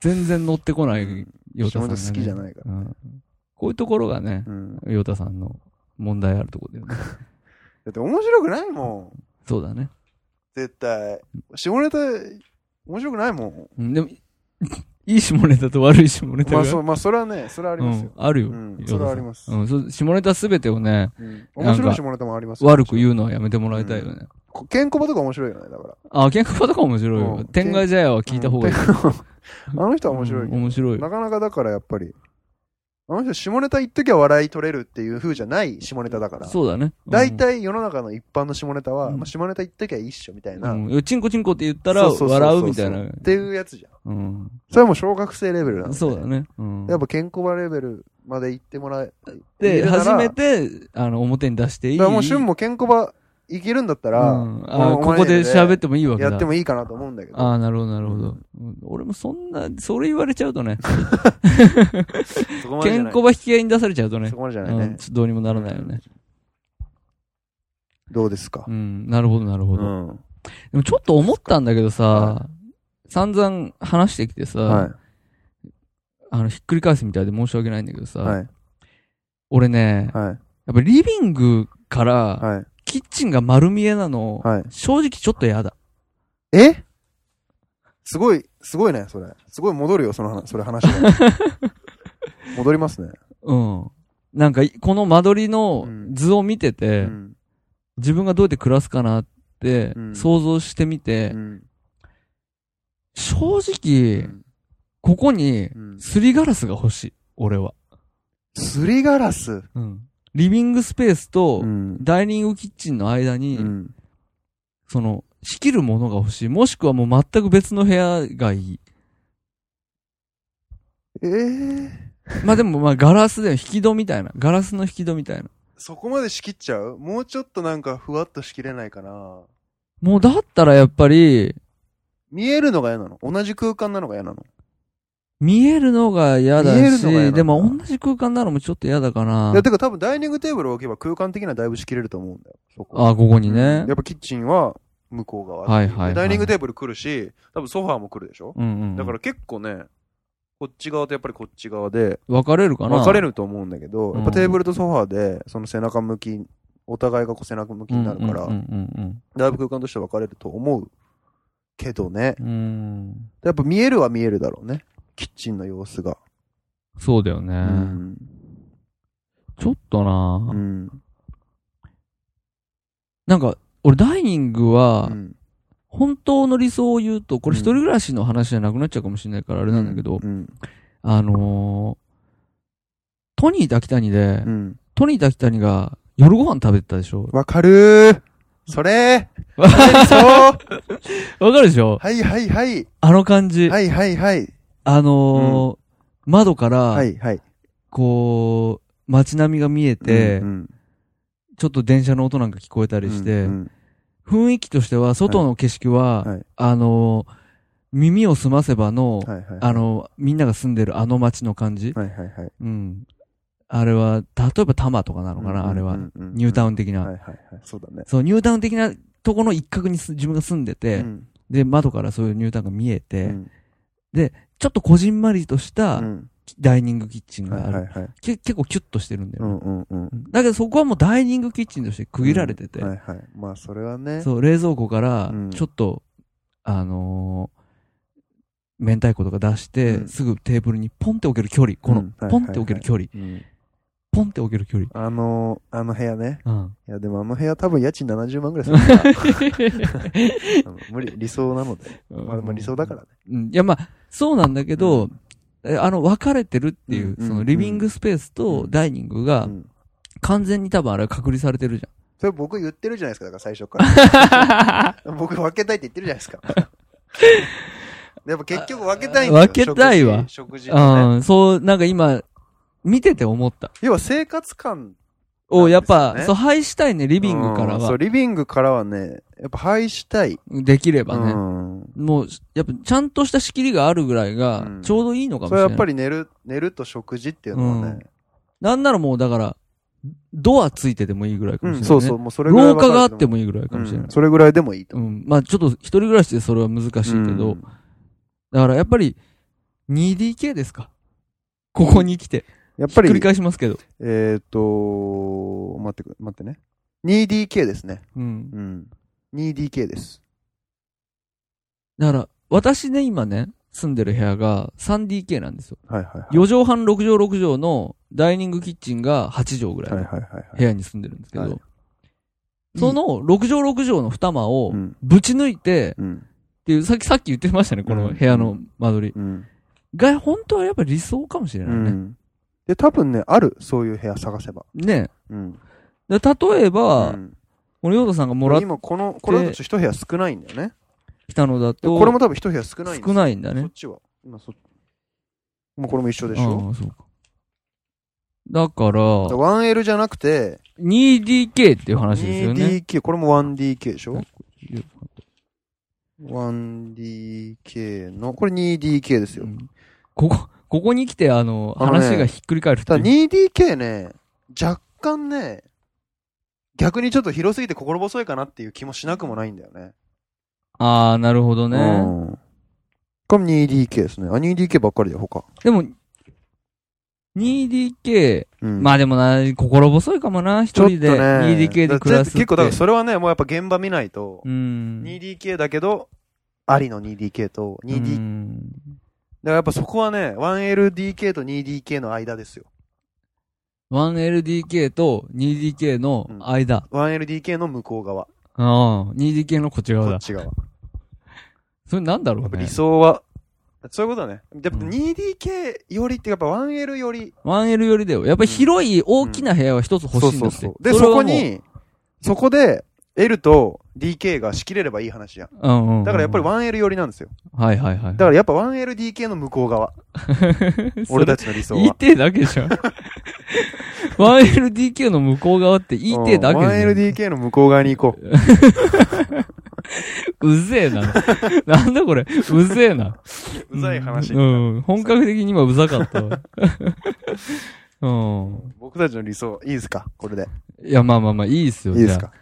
Speaker 3: 全然乗ってこない、ヨタさんが、ね。
Speaker 2: 下ネタ好きじゃないから
Speaker 3: うんこういうところがね
Speaker 2: う、ん。だ
Speaker 3: ヨタさんの問題あるところだ よね。
Speaker 2: って面白くないもん。
Speaker 3: そうだね。
Speaker 2: 絶対。下ネタ、面白くないもん。
Speaker 3: うんでも、い いい下ネタと悪い下ネタが。
Speaker 2: まあ、そう、まあ、それはね、それはありますよ。
Speaker 3: うん、あるよ。
Speaker 2: うん
Speaker 3: ヨタさ
Speaker 2: それはあります
Speaker 3: うん、そう下ネタすべてをね、
Speaker 2: うん。
Speaker 3: うん
Speaker 2: 面白い下ネタもありますよ
Speaker 3: 悪く言うのはやめてもらいたいよね。
Speaker 2: こケンコバとか面白いよね、だから。
Speaker 3: あ、喧嘩とか面白いよ。
Speaker 2: うん
Speaker 3: 天外ジャヤは聞いた方がいい。
Speaker 2: あの人は面白いけど
Speaker 3: うん面白い
Speaker 2: なかなかだからやっぱり、あの人下ネタ言っときゃ笑い取れるっていう風じゃない下ネタだから。
Speaker 3: そうだね。うん
Speaker 2: 大体世の中の一般の下ネタは、
Speaker 3: うん
Speaker 2: まあ、下ネタ言っときゃ一緒みたいな。
Speaker 3: うん。チンコチンコって言ったら
Speaker 2: そうそうそうそう
Speaker 3: 笑うみたいな
Speaker 2: っ。ていうやつじゃん。
Speaker 3: うん。
Speaker 2: それはもう小学生レベルなん
Speaker 3: そうだ。ね。うん。
Speaker 2: やっぱ健康場レベルまで行ってもらえ、入れ
Speaker 3: で、
Speaker 2: たら
Speaker 3: 初めて、あの、表に出していい。
Speaker 2: だからもう旬も健康場行けるんだった
Speaker 3: う
Speaker 2: ら、
Speaker 3: んあ
Speaker 2: お
Speaker 3: ここで喋ってもいいわけだ。
Speaker 2: やってもいいかなと思うんだけど。
Speaker 3: ああ、なるほど、なるほど。うん俺もそんな、それ言われちゃうとね、
Speaker 2: そこまでじゃ
Speaker 3: 健
Speaker 2: ない
Speaker 3: 康。場引き合いに出されちゃうとね
Speaker 2: そ、こまでじゃないうね。
Speaker 3: んちょっとどうにもならないよね。
Speaker 2: どうですか
Speaker 3: う、ん、なるほど、なるほど。
Speaker 2: ん、
Speaker 3: でもちょっと思ったんだけどさ、散々話してきてさ、
Speaker 2: は
Speaker 3: あの、ひっくり返すみたいで申し訳ないんだけどさ、
Speaker 2: い。はい。
Speaker 3: 俺ね、
Speaker 2: はい。
Speaker 3: やっぱリビングから、
Speaker 2: はい。
Speaker 3: キッチンが丸見えなの、
Speaker 2: はい。
Speaker 3: 正直ちょっと嫌だ。
Speaker 2: えすごい、すごいね、それ。すごい戻るよ、その話、それ話 が。戻りますね。
Speaker 3: うん。なんかい、この間取りの図を見てて、
Speaker 2: うん。
Speaker 3: 自分がどうやって暮らすかなって
Speaker 2: うん
Speaker 3: 想像してみて、
Speaker 2: うん。う
Speaker 3: 正直、
Speaker 2: ん
Speaker 3: ここに
Speaker 2: うん
Speaker 3: すりガラスが欲しい。俺は。
Speaker 2: すりガラス。
Speaker 3: うん。リビングスペースと
Speaker 2: ん。
Speaker 3: ダイニングキッチンの間に、
Speaker 2: うん。
Speaker 3: その、仕切るものが欲しい。もしくはもう全く別の部屋がいい。
Speaker 2: ええ
Speaker 3: まあでもまあガラスで引き戸みたいな。ガラスの引き戸みたいな。
Speaker 2: そこまで仕切っちゃうもうちょっとなんかふわっと仕切れないかな。
Speaker 3: もうだったらやっぱり、
Speaker 2: 見えるのが嫌なの同じ空間なのが嫌なの
Speaker 3: 見えるのが嫌だ
Speaker 2: 見える
Speaker 3: し、
Speaker 2: のが嫌なんだ
Speaker 3: でも同じ空間なのもちょっと嫌だかない
Speaker 2: や、。てか多分ダイニングテーブルを置けば空間的にはだいぶ仕切れると思うんだよ。そこ。
Speaker 3: あ、ここにね
Speaker 2: や。っぱキッチンは向こう側ってう。
Speaker 3: はいはいはい
Speaker 2: でダイニングテーブル来るし、多分ソファーも来るでしょ、
Speaker 3: うんうん。
Speaker 2: だから結構ね、こっち側とやっぱりこっち側で
Speaker 3: 分かれるかな
Speaker 2: 分かれると思うんだけど、
Speaker 3: うん
Speaker 2: やっぱテーブルとソファーで、その背中向き、お互いがこう背中向きになるから、
Speaker 3: うんうんうん
Speaker 2: だいぶ空間として分かれると思うけどね。
Speaker 3: うんうん。うーん。
Speaker 2: やっぱ見えるは見えるだろうね。キッチンの様子が。
Speaker 3: そうだよね。
Speaker 2: うん。
Speaker 3: ちょっとな、
Speaker 2: うん。
Speaker 3: なんか、俺ダイニング
Speaker 2: う
Speaker 3: は、
Speaker 2: ん
Speaker 3: 本当の理想を言うと、これ
Speaker 2: うん
Speaker 3: 一人暮らしの話じゃなくなっちゃうかもしれないからあれなんだけど、
Speaker 2: うん。
Speaker 3: あのー、トニー・タキタニで、
Speaker 2: うん。
Speaker 3: トニー・タキタニが夜ご飯食べてたでしょ
Speaker 2: わかるー。そ れ
Speaker 3: わ
Speaker 2: ー。そう。
Speaker 3: わかるでしょ
Speaker 2: はいはいはい。
Speaker 3: あの感じ。
Speaker 2: はいはいはい。
Speaker 3: あのー窓から、
Speaker 2: はいはい。
Speaker 3: こう、街並みが見えて、
Speaker 2: うんうん
Speaker 3: ちょっと電車の音なんか聞こえたりして、
Speaker 2: うんうん
Speaker 3: 雰囲気としては、外の景色は、
Speaker 2: はいはい
Speaker 3: あのー耳を澄ませばの、
Speaker 2: はいはい。
Speaker 3: あの、みんなが住んでるあの街の感じ、
Speaker 2: はいはいはい。
Speaker 3: うん。あれは、例えば多摩とかなのかな、あれは。ニュータ
Speaker 2: ウ
Speaker 3: ウン的な、
Speaker 2: ンはいはいはい。そうだね。
Speaker 3: そう、ニュータウン的なとこの一角にす自分が住んでて、
Speaker 2: うん
Speaker 3: で、窓からそういうニュータウンが見えて、
Speaker 2: うん
Speaker 3: ちょっとこじんまりとした
Speaker 2: うん
Speaker 3: ダイニングキッチン
Speaker 2: はい
Speaker 3: がある。
Speaker 2: はいはい。
Speaker 3: け結構キュッとしてるんだ
Speaker 2: う
Speaker 3: よ、
Speaker 2: んうんうん。
Speaker 3: うんだけどそこはもうダイニングキッチンとして区切られてて、
Speaker 2: はいはい。まあそれはね。
Speaker 3: そう、冷蔵庫から
Speaker 2: うん、
Speaker 3: ちょっと、あのー明太子とか出して、
Speaker 2: うん
Speaker 3: すぐテーブルにポンって置ける距離。この、
Speaker 2: うんはい
Speaker 3: ポンって置ける距離、
Speaker 2: うん。
Speaker 3: ポンって置ける距離。
Speaker 2: あの、あの部屋ね。
Speaker 3: うん。
Speaker 2: いやでもあの部屋多分家賃70万ぐらいす るから。あの無理、理想なので。 まあまあ理想だからね。
Speaker 3: うん。いや、まあ、そうなんだけど、えあの、分かれてるっていう、
Speaker 2: うん
Speaker 3: そのリビングスペースとダイニングが
Speaker 2: う、ん
Speaker 3: 完全に多分あれは隔離されてるじ
Speaker 2: それ僕言ってるじゃないですか、だから最初 から。僕分けたいって言ってるじゃないですか。やっぱ結局分けたいんですよ
Speaker 3: 分けたいわ
Speaker 2: 食事食事
Speaker 3: ゃ
Speaker 2: と
Speaker 3: ん。
Speaker 2: ね。
Speaker 3: うん、そう、なんか今、見てて思った。
Speaker 2: 要は生活感。
Speaker 3: お、やっ
Speaker 2: なん
Speaker 3: ぱ、
Speaker 2: ですよね
Speaker 3: そう、廃したいね、リビングから
Speaker 2: うんそう、
Speaker 3: は。
Speaker 2: リビングからはね、やっぱ廃したい。
Speaker 3: できれば
Speaker 2: う
Speaker 3: ね。
Speaker 2: ん。
Speaker 3: もう、やっぱ、ちゃんとした仕切りがあるぐらいが
Speaker 2: うん、
Speaker 3: ちょうどいいのかも
Speaker 2: それ
Speaker 3: しれ
Speaker 2: は
Speaker 3: な
Speaker 2: や
Speaker 3: い。
Speaker 2: っぱり寝る、寝ると食事っていうのはね。
Speaker 3: なんならもう、だから、ドアついててもいいぐらいか
Speaker 2: う
Speaker 3: も
Speaker 2: ん
Speaker 3: しれない、ね。
Speaker 2: そうそう、もうそれぐらい
Speaker 3: 廊
Speaker 2: 分か
Speaker 3: 下
Speaker 2: る
Speaker 3: があっても
Speaker 2: い
Speaker 3: いいぐらいかもしれない。
Speaker 2: それぐらいでもいいと
Speaker 3: う
Speaker 2: 思
Speaker 3: ん。まあ、ちょっと、一人暮らしでそれは難しいけ
Speaker 2: う。う
Speaker 3: ど、
Speaker 2: ん
Speaker 3: だからやっぱり 2DK ですかここに来て。
Speaker 2: やっぱ
Speaker 3: ひっくり
Speaker 2: り、
Speaker 3: 返しますけど。
Speaker 2: えっと、待ってく、待ってね。2DK ですね。
Speaker 3: うん。
Speaker 2: うん。2DK です。
Speaker 3: だから、私ね、今ね、住んでる部屋が 3DK なんですよ。
Speaker 2: はいはいはい。
Speaker 3: 4畳半、6畳、6畳のダイニングキッチンが8畳ぐらい
Speaker 2: はい
Speaker 3: の
Speaker 2: はいはいはい。
Speaker 3: 部屋に住んでるんですけど、
Speaker 2: はい
Speaker 3: その6畳、6畳の二間を
Speaker 2: うん
Speaker 3: ぶち抜いて、
Speaker 2: う
Speaker 3: っ
Speaker 2: ん。
Speaker 3: ていう、さっき、さっき言ってましたね、この部屋の間取り。
Speaker 2: うん。
Speaker 3: が、本当はやっぱり理想かもしれ
Speaker 2: う
Speaker 3: ないね。
Speaker 2: ん。で、多分ね、ある、そういう部屋探せば。
Speaker 3: ね
Speaker 2: うん。
Speaker 3: で例え
Speaker 2: う
Speaker 3: ば、
Speaker 2: ん
Speaker 3: 森本さんがもら
Speaker 2: 俺
Speaker 3: っ
Speaker 2: 今、この、これだとちょっと一部屋少ないんだよね。
Speaker 3: たのだ
Speaker 2: で
Speaker 3: と、
Speaker 2: これも多分一部屋少ないんですよ
Speaker 3: 少ないんだね
Speaker 2: そっ。ちは。今そっち。もうこれも一緒でしょ。
Speaker 3: ああ、そうか。だから、
Speaker 2: だから 1L じゃなくて、
Speaker 3: 2DK っていう話ですよね。
Speaker 2: 2DK、これも 1DK でし
Speaker 3: は
Speaker 2: ょ
Speaker 3: い
Speaker 2: ?1DK の、これ 2DK ですよ。
Speaker 3: うんここ、ここに来て、あの、
Speaker 2: あのね
Speaker 3: 話がひっくり返るって
Speaker 2: た
Speaker 3: いう
Speaker 2: だ 2DK ね、若干ね、逆にちょっと広すぎて心細いかなっていう気もしなくもないんだよね。
Speaker 3: ああ、なるほどね。
Speaker 2: うん。これ 2DK ですね。あ、2DK ばっかりで、他。
Speaker 3: でも、2DK、
Speaker 2: うん。
Speaker 3: まあでもな、心細いかもな、一
Speaker 2: ちょっと
Speaker 3: 人で 2DK で暮らすって。
Speaker 2: 結構だからそれはね、もうやっぱ現場見ないと、
Speaker 3: うん。
Speaker 2: 2DK だけど、ありの 2DK と 2D、
Speaker 3: う
Speaker 2: だから
Speaker 3: ん
Speaker 2: やっぱそこはね、1LDK と 2DK の間ですよ。
Speaker 3: 1LDK と 2DK の間。
Speaker 2: 1LDK の向こう側、
Speaker 3: ああ、2DK のこっち側
Speaker 2: こ
Speaker 3: だ
Speaker 2: っ。ち側。
Speaker 3: それなんだろ
Speaker 2: やっ
Speaker 3: う
Speaker 2: ぱ
Speaker 3: ね
Speaker 2: 理。想は、そういうことだね。やっぱ
Speaker 3: うん
Speaker 2: 2DK よりっていうかやっぱ 1L より、
Speaker 3: 1L よりだよ。やっぱり広い大きな部屋は一つ欲しいんだって。
Speaker 2: で、
Speaker 3: れ
Speaker 2: そ
Speaker 3: はも
Speaker 2: こ
Speaker 3: う、
Speaker 2: に、そこで L と DK が仕切れればいい話じゃん。
Speaker 3: うんうんうん
Speaker 2: だからやっぱり 1L 寄りなんですよ。
Speaker 3: はいはいはい。
Speaker 2: だからやっぱ 1LDK の向こう 側。俺たちの理想
Speaker 3: 言い
Speaker 2: は。
Speaker 3: てえだけじゃ ん。1LDK の向こう側って言いてえだけじ
Speaker 2: うん
Speaker 3: ゃん。
Speaker 2: 1LDK の向こう側に行こう。
Speaker 3: うぜえな。なんだこれ。うぜえな。
Speaker 2: うざい話。
Speaker 3: うん。うん本格的に今うざかったわ。 うん。
Speaker 2: 僕たちの理想、いいですかこれで。
Speaker 3: いや、まあまあまあ、いいっすよ、
Speaker 2: いいです
Speaker 3: じゃあ
Speaker 2: か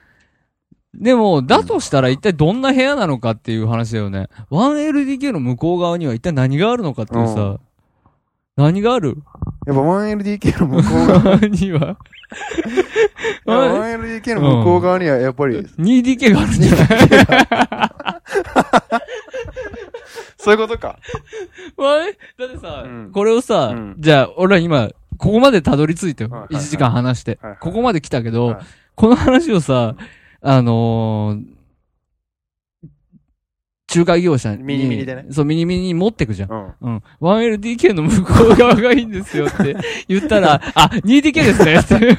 Speaker 3: でも、だとしたら一体どんな部屋なのかっていう話だよね。1LDK の向こう側には一体何があるのかっていう
Speaker 2: う
Speaker 3: さ。何がある
Speaker 2: やっぱ 1LDK の向こ う側。
Speaker 3: 側には。あ
Speaker 2: 1LDK の向こう側にはやっぱり、
Speaker 3: 2DK があるんじゃない
Speaker 2: そういうことか。
Speaker 3: わえだってさ、
Speaker 2: うん
Speaker 3: これをさ、
Speaker 2: うん
Speaker 3: じゃあ、俺は今、ここまでたどり着いてよ。
Speaker 2: はいはい
Speaker 3: 1時間話して、
Speaker 2: はいはい
Speaker 3: ここまで来たけど、
Speaker 2: はい
Speaker 3: この話をさ、あのー、仲介業者に。
Speaker 2: ミニミニでね
Speaker 3: そう、ミニミニに持ってくじゃん。
Speaker 2: うん。
Speaker 3: うん。1LDK の向こう側がいいんですよ って言ったら、あ、2DK ですねって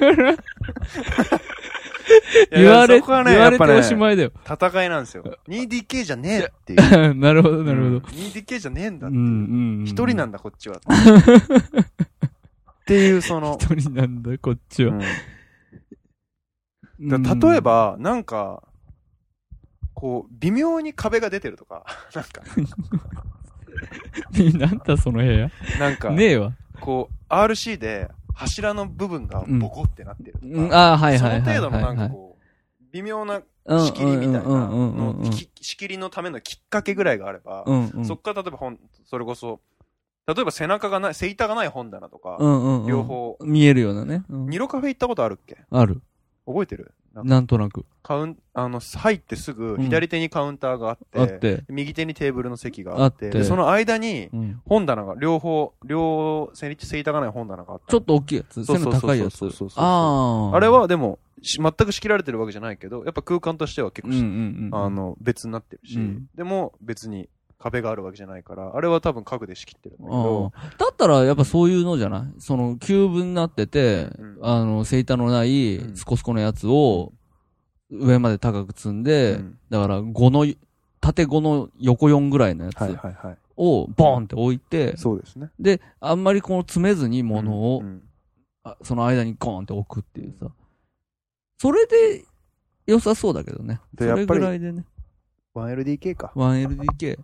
Speaker 3: 言われ、
Speaker 2: そこはね、
Speaker 3: 言
Speaker 2: や
Speaker 3: わ
Speaker 2: っ
Speaker 3: れ
Speaker 2: ぱ
Speaker 3: て
Speaker 2: ね
Speaker 3: お、しまいだよ。
Speaker 2: 戦いなんですよ。2DK じゃねえっていう。
Speaker 3: なるほど、なるほど。
Speaker 2: 2DK じゃねえんだ
Speaker 3: う
Speaker 2: っ
Speaker 3: ん、
Speaker 2: て
Speaker 3: う。
Speaker 2: いうん一人なん
Speaker 3: だ。
Speaker 2: んだ、こっちは。っていう、その、
Speaker 3: 一人なんだ、こっち
Speaker 2: う
Speaker 3: は。
Speaker 2: ん
Speaker 3: うん
Speaker 2: だから例え、ば、なんか、こう、微妙に壁が出てるとか、なんか、
Speaker 3: なん だその部屋。
Speaker 2: なんか、
Speaker 3: ねえわ。
Speaker 2: こう、RC で柱の部分がボコってなってるとか、
Speaker 3: うん、ああ、はい
Speaker 2: そ
Speaker 3: はい
Speaker 2: の
Speaker 3: はい。
Speaker 2: 程度のなんかこう、微妙な
Speaker 3: う
Speaker 2: 仕切りみたいな
Speaker 3: うんうんうんうんう
Speaker 2: の
Speaker 3: ん
Speaker 2: き仕切りのためのきっかけぐらいがあれば、
Speaker 3: うんうん。
Speaker 2: そっから例えば本、それこそ、例えば背中がない、背板がない本棚とか、
Speaker 3: うんうんうん。
Speaker 2: 両。方、
Speaker 3: 見えるようなね。うん
Speaker 2: ニロカフェ行ったことあるっけ
Speaker 3: ある。
Speaker 2: 覚えてるなんか
Speaker 3: なんとなく。
Speaker 2: カウン、あの、入ってすぐ
Speaker 3: うん
Speaker 2: 左手にカウンターがあって、
Speaker 3: あって。
Speaker 2: 右手にテーブルの席があって、
Speaker 3: あって
Speaker 2: でその間に
Speaker 3: うん。
Speaker 2: 本棚が、両方、両、背背板がない本棚があった。
Speaker 3: ちょっと大きいやつ。
Speaker 2: そ
Speaker 3: 背
Speaker 2: うそう
Speaker 3: の
Speaker 2: そうそう
Speaker 3: 高いやつ
Speaker 2: そうそう。そう
Speaker 3: ああ。
Speaker 2: あれ、はでも、し全く仕切られてるわけじゃないけど、やっぱ空間としては結
Speaker 3: うん
Speaker 2: 構
Speaker 3: う
Speaker 2: し、
Speaker 3: んうん。
Speaker 2: あの、別になってるし、
Speaker 3: うん
Speaker 2: でも別に壁があるわけじゃないから、あれは多分家具で仕切ってるんだけど、
Speaker 3: あーだったら、やっぱそういうのじゃないその、キューブになってて
Speaker 2: うん、
Speaker 3: あの、セイタのない
Speaker 2: うん、
Speaker 3: スコスコのやつを、上まで高く積ん
Speaker 2: う
Speaker 3: で
Speaker 2: ん、
Speaker 3: だから、5の、縦5の横4ぐらいのや
Speaker 2: はい
Speaker 3: つ
Speaker 2: はいはい。
Speaker 3: を、ボーンって置いて、
Speaker 2: そうですね。
Speaker 3: で、あんまりこの詰めずに物を、
Speaker 2: うん
Speaker 3: あその間にコーンって置くっていうさ。それで、良さそうだけどね。そ
Speaker 2: でや
Speaker 3: れ
Speaker 2: っぱ
Speaker 3: ぐ
Speaker 2: り
Speaker 3: らいでね。
Speaker 2: うん 1LDK か。
Speaker 3: 1LDK。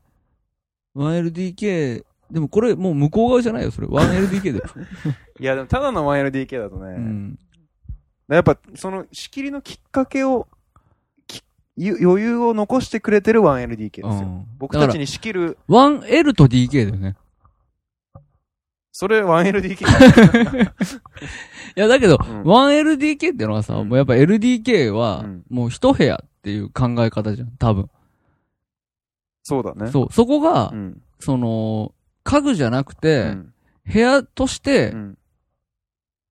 Speaker 3: 1LDK。でもこれもう向こう側じゃないよ、それ。1LDK で。
Speaker 2: いやでもただの 1LDK だとね、
Speaker 3: うん。
Speaker 2: やっぱその仕切りのきっかけを、きゆ余裕を残してくれてる 1LDK ですよ。
Speaker 3: うん
Speaker 2: 僕
Speaker 3: だか
Speaker 2: た
Speaker 3: ら
Speaker 2: ちに仕切る、
Speaker 3: 1L と DK だよね。
Speaker 2: それ 1LDK
Speaker 3: いや、だけど、
Speaker 2: ん
Speaker 3: 1LDK っていうのはさ、
Speaker 2: うん
Speaker 3: もうやっぱ LDK は
Speaker 2: うん、
Speaker 3: もう一部屋っていう考え方じゃん、多分。
Speaker 2: そうだね。
Speaker 3: そう。そこが、
Speaker 2: うん。
Speaker 3: その、家具じゃなく
Speaker 2: う
Speaker 3: て、
Speaker 2: ん。
Speaker 3: 部屋として、
Speaker 2: うん。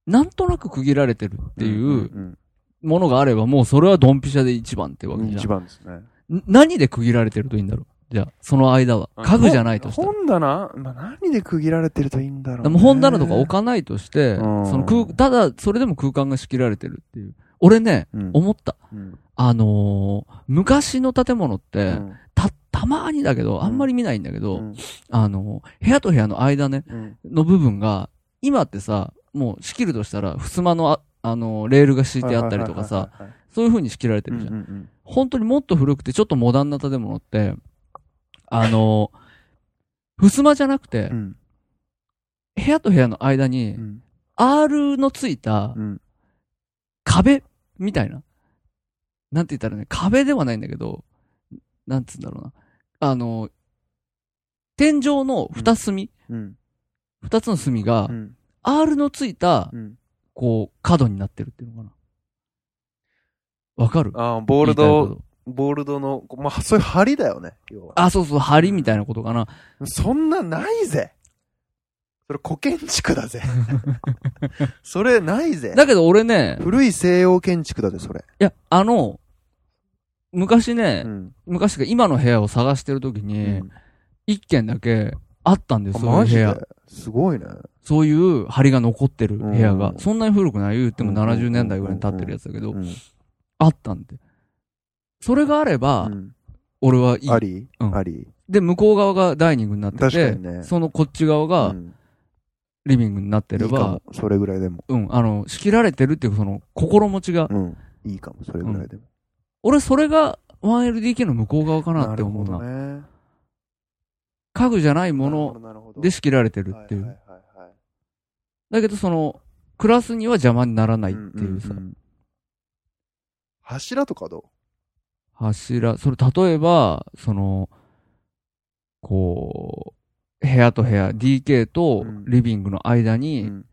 Speaker 3: なんとなく区切られてるっていう
Speaker 2: うん
Speaker 3: ものがあれば、もうそれはドンピシャで一番ってわけじゃ
Speaker 2: 一
Speaker 3: ん。
Speaker 2: 番ですね。
Speaker 3: ん何で区切られてるといいんだろうじゃあ、その間は。家具じゃないとしたら。
Speaker 2: 本棚まあ何で区切られてるといいんだろう、
Speaker 3: で
Speaker 2: ね。
Speaker 3: も本棚とか置かないとして、そ
Speaker 2: うん
Speaker 3: の空、ただ、それでも空間が仕切られてるっていう。俺ね、
Speaker 2: うん、
Speaker 3: 思った。
Speaker 2: うん
Speaker 3: あのー昔の建物っ
Speaker 2: う
Speaker 3: て、
Speaker 2: ん
Speaker 3: た、たまーにだけど、あんまり見ないんだけど、
Speaker 2: うん
Speaker 3: あのー部屋と部屋の間ね、
Speaker 2: うん
Speaker 3: の部分が、今ってさ、もう仕切るとしたら、襖のあ、あのーレールが敷いてあったりとかさ、
Speaker 2: はいはいはいはい
Speaker 3: そういう風に仕切られて
Speaker 2: う
Speaker 3: る
Speaker 2: ん
Speaker 3: じゃん
Speaker 2: うんうん
Speaker 3: 本当にもっと古くてちょっとモダンな建物って、あの、襖じゃなくて
Speaker 2: う、ん
Speaker 3: 部屋と部屋の間に
Speaker 2: う、ん
Speaker 3: R のついた
Speaker 2: うん
Speaker 3: 壁みたいな。なんて言ったらね、壁ではないんだけど、なんつうんだろうな。あの、天井の二隅、
Speaker 2: うん
Speaker 3: 二つの隅が
Speaker 2: う、ん
Speaker 3: R のついた、
Speaker 2: うん
Speaker 3: こう、角になってるっていうのかな。わかる
Speaker 2: あーボールドボールドの、まあ、そういう針だよね、要は。
Speaker 3: あ、そうそう、針みたいなことかな。
Speaker 2: そんなないぜ。それ古建築だ ぜ。それないぜ。
Speaker 3: だけど俺ね、
Speaker 2: 古い西洋建築だぜ、それ。
Speaker 3: いや、あの、昔ね
Speaker 2: う、ん。
Speaker 3: 昔か今の部屋を探してるときに、一、軒だけあったんです
Speaker 2: あ
Speaker 3: よ、そう
Speaker 2: マ
Speaker 3: いう
Speaker 2: ジ
Speaker 3: 部
Speaker 2: で
Speaker 3: 屋。
Speaker 2: すごいね。
Speaker 3: そういう梁が残ってる部屋が
Speaker 2: う、ん
Speaker 3: そんなに古くない言っても
Speaker 2: うん
Speaker 3: 70年代ぐらいに経ってるやつだけど
Speaker 2: う、ん
Speaker 3: あったんで。それがあれば、
Speaker 2: うん
Speaker 3: 俺はいい。
Speaker 2: あり
Speaker 3: うん
Speaker 2: あり
Speaker 3: で、向こう側がダイニングになって
Speaker 2: 確か
Speaker 3: て、
Speaker 2: にね
Speaker 3: そのこっち側
Speaker 2: う
Speaker 3: が
Speaker 2: ん
Speaker 3: リビングになってれ
Speaker 2: いいか
Speaker 3: ば、
Speaker 2: も。それぐらいでも。
Speaker 3: うん、あの、仕切られてるっていうその心持ちが、
Speaker 2: うん。いいかも、それぐらいでも。
Speaker 3: 俺それが 1LDK の向こう側かなって思うな。
Speaker 2: ね。
Speaker 3: 家具じゃないもの
Speaker 2: なるほど
Speaker 3: で仕切られてる
Speaker 2: は
Speaker 3: ってい。
Speaker 2: いうはいはいはい
Speaker 3: だけどその、クラスには邪魔にならないっていうさ、
Speaker 2: んんん柱とかど
Speaker 3: 柱、それ例えば、その、こう、部屋と部屋、DK と
Speaker 2: うん
Speaker 3: リビングの間
Speaker 2: う、
Speaker 3: に
Speaker 2: ん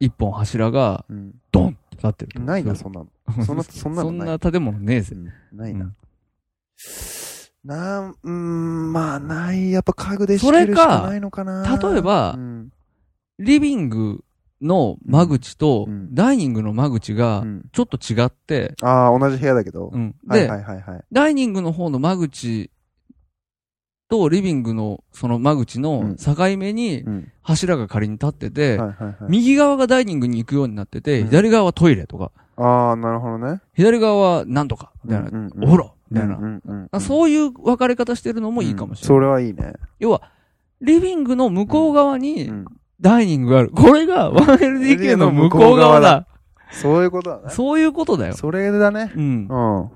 Speaker 3: 一本柱が
Speaker 2: うん、
Speaker 3: ドンって立ってると。
Speaker 2: ないな、
Speaker 3: そ
Speaker 2: そんなの。
Speaker 3: う
Speaker 2: そんなそんなの
Speaker 3: そん
Speaker 2: ない
Speaker 3: な建物ねえぜ。
Speaker 2: うんないうな。
Speaker 3: ん
Speaker 2: なん、うん、まあ、ない。やっぱ家具で仕切るしかないのかな。
Speaker 3: それか例えば
Speaker 2: うん
Speaker 3: リビングの間口と
Speaker 2: う、ん
Speaker 3: ダイニングの間口が
Speaker 2: う、ん
Speaker 3: ちょっと違って、
Speaker 2: ああ、同じ部屋だけど
Speaker 3: う。ん。
Speaker 2: はい
Speaker 3: で
Speaker 2: は、いはいはい。
Speaker 3: ダイニングの方の間口とリビングのその間口の境目に
Speaker 2: うん
Speaker 3: 柱が仮に立って
Speaker 2: は
Speaker 3: て
Speaker 2: い、はいはい。
Speaker 3: 右側がダイニングに行くようになってて、
Speaker 2: うん
Speaker 3: 左側はトイレとか、
Speaker 2: ああ、なるほどね。
Speaker 3: 左側はなんとか、みたいな、
Speaker 2: うんうん
Speaker 3: お風呂、みたいな。
Speaker 2: うんうんうん。
Speaker 3: あそういう分かれ方してるのもいいかもしれない。
Speaker 2: うんそれはいいね。
Speaker 3: 要は、リビングの向こう側に
Speaker 2: うん
Speaker 3: ダイニングがある。これが 1LDK の向こう側だ。
Speaker 2: そういうことだね。
Speaker 3: そういうことだよ。
Speaker 2: それだね。
Speaker 3: うん
Speaker 2: う。ん。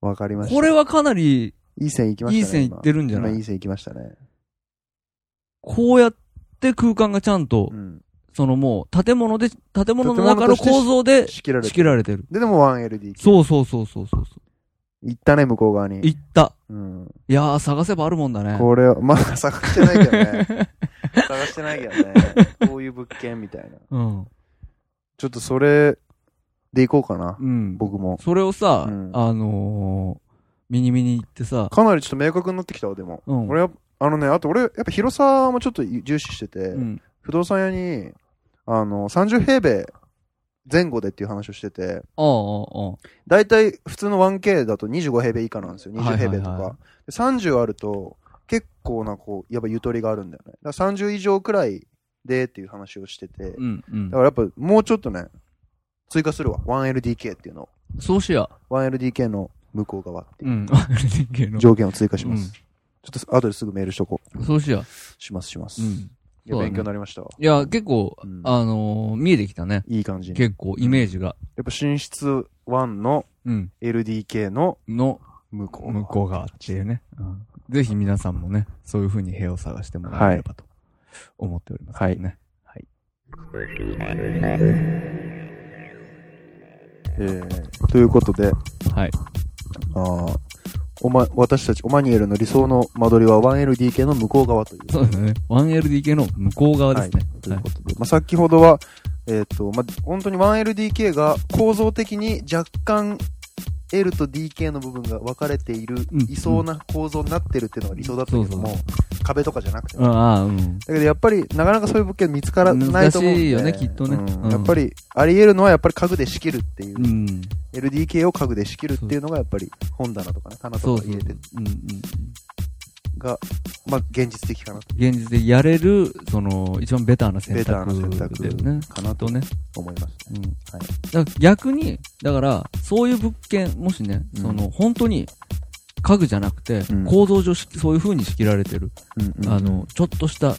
Speaker 2: わかりました。
Speaker 3: これはかなり
Speaker 2: いい線いきました
Speaker 3: い
Speaker 2: ね。
Speaker 3: い線いってるんじゃ
Speaker 2: 今
Speaker 3: な
Speaker 2: 今い
Speaker 3: い
Speaker 2: い線いきましたね。
Speaker 3: こうやって空間がちゃんと
Speaker 2: う、ん。
Speaker 3: そのもう、建物で、建物の中の構造で
Speaker 2: 仕切られ
Speaker 3: 仕
Speaker 2: て
Speaker 3: 切
Speaker 2: る。
Speaker 3: られてる。
Speaker 2: で、でも 1LDK。
Speaker 3: そうそうそうそうそう。
Speaker 2: 行ったね、向こう側に。
Speaker 3: 行った。
Speaker 2: うん。
Speaker 3: いやー、探せばあるもんだね。
Speaker 2: これを、まあ、探してないけどね。 探してないけどね。こういう物件みたいな。
Speaker 3: うん。
Speaker 2: ちょっとそれで行こうかな。
Speaker 3: うん。
Speaker 2: 僕も。
Speaker 3: それをさ、
Speaker 2: うん
Speaker 3: あのー、ミニミニ行ってさ、
Speaker 2: かなりちょっと明確になってきたわ、でも。
Speaker 3: うん。
Speaker 2: 俺は、あのね、あと俺、やっぱ広さもちょっと重視してて、
Speaker 3: うん。
Speaker 2: 不動産屋に、あの、30平米前後でっていう話をしてて、
Speaker 3: ああ、ああ、
Speaker 2: だいたい普通の 1K だと25平米以下なんですよ。
Speaker 3: はい
Speaker 2: 20
Speaker 3: はい
Speaker 2: 平
Speaker 3: はい
Speaker 2: 米とか。で30あると、結構な、こう、やっぱゆとりがあるんだよね。だから30以上くらいでっていう話をしてて、
Speaker 3: うん、うん
Speaker 2: だか。らやっぱもうちょっとね、追加するわ。1LDK っていうのを。
Speaker 3: そうしや。。
Speaker 2: 1LDK の向こう側っていううん
Speaker 3: 人間 の。
Speaker 2: 条件を追加します。ちょっと後ですぐメールしとこう。
Speaker 3: そうしや。
Speaker 2: しますします。
Speaker 3: う
Speaker 2: い
Speaker 3: ん。
Speaker 2: や、
Speaker 3: そうだね
Speaker 2: 勉強になりましたわ。
Speaker 3: いや、結構、
Speaker 2: うん
Speaker 3: あのー、見えてきたね。
Speaker 2: いい感じに。や
Speaker 3: 結構、イメージが。
Speaker 2: っぱ寝室1の
Speaker 3: うん。
Speaker 2: LDK の
Speaker 3: の、
Speaker 2: 向こう側。
Speaker 3: 向こう側っていうね。うんぜひ皆さんもね、そういう風に部屋を探してもらえればと思っておりますけどね。
Speaker 2: えーということで、
Speaker 3: はい。
Speaker 2: あーおま、私たち、オマニエルの理想の間取りは 1LDK の向こう側という。
Speaker 3: そうですね。1LDK の向こう側ですね。
Speaker 2: ということで、まあ、先ほどは、えっ、と、まあ、本当に 1LDK が構造的に若干 L と DK の部分が分かれている
Speaker 3: うん
Speaker 2: 理想な構造になってるっていうのが理想だったけども、
Speaker 3: そう
Speaker 2: 壁とかじゃなくてね、
Speaker 3: うんああ、うん。
Speaker 2: だけどやっぱりなかなかそういう物件見つからないと思うんで
Speaker 3: 難しいよねきっとね
Speaker 2: うん
Speaker 3: うん
Speaker 2: やっぱりあり得るのはやっぱり家具で仕切るっていう、
Speaker 3: うん。
Speaker 2: LDK を家具で仕切るっていうのがやっぱり本棚とかね棚
Speaker 3: そ
Speaker 2: と
Speaker 3: う
Speaker 2: か
Speaker 3: そう。う
Speaker 2: 入
Speaker 3: んう
Speaker 2: れて
Speaker 3: ん。
Speaker 2: がまあ現実的かなと
Speaker 3: 現実でやれる、その、一番ベターな選
Speaker 2: ベター
Speaker 3: 択
Speaker 2: な選択
Speaker 3: だよね。
Speaker 2: かなと
Speaker 3: とね。
Speaker 2: 思いますね
Speaker 3: うん。
Speaker 2: はい
Speaker 3: だから逆に、だから、そういう物件、もしね、
Speaker 2: うん
Speaker 3: その、本当に、家具じゃなくて、
Speaker 2: うん
Speaker 3: 構造上し、そういう風に仕切られてる。
Speaker 2: うんうん
Speaker 3: あの、ちょっとした、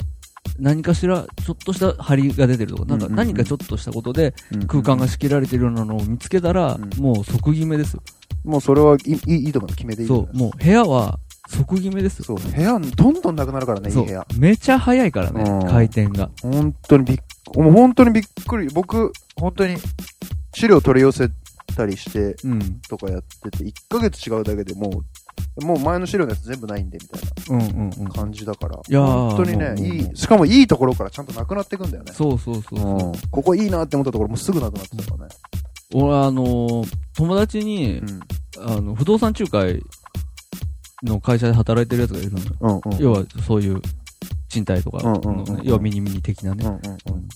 Speaker 3: 何かしら、ちょっとした張りが出てるとか、なんか
Speaker 2: うんうんうん
Speaker 3: 何かちょっとしたことで
Speaker 2: うん
Speaker 3: 空間が仕切られてるようなのを見つけたら、
Speaker 2: うん
Speaker 3: もう即決めですよ。
Speaker 2: もうそれはいいいいと思う決めていいと思
Speaker 3: そう、もう部屋は即決めですよ。
Speaker 2: そう部屋どんどんなくなるからねいい
Speaker 3: そ
Speaker 2: 部屋
Speaker 3: う、めちゃ早いから
Speaker 2: う
Speaker 3: ね
Speaker 2: ん、
Speaker 3: 回転が。
Speaker 2: 本当にびっもう本当にびっくり僕本当に資料取り寄せたりして
Speaker 3: うん、
Speaker 2: とかやってて1ヶ月違うだけでもうもう前の資料のやつ全部ないんでみたいな
Speaker 3: うん、うん、うん。
Speaker 2: 感じだから。
Speaker 3: いやー
Speaker 2: 本当に
Speaker 3: もう
Speaker 2: ね、
Speaker 3: もう
Speaker 2: いい、しかもいいところからちゃんとなくなっていくんだよね。
Speaker 3: そうそうそうそう。
Speaker 2: うんここいいなって思ったところもすぐなくなってたからね。
Speaker 3: 俺はあのー友達に、
Speaker 2: うん。
Speaker 3: あの、不動産仲介の会社で働いてるやつがいるのよ。
Speaker 2: うんうん。
Speaker 3: 要は、そういう、賃貸とかのね、
Speaker 2: うんうんうんうん
Speaker 3: 要はミニミニ的なね、
Speaker 2: うんうんうん。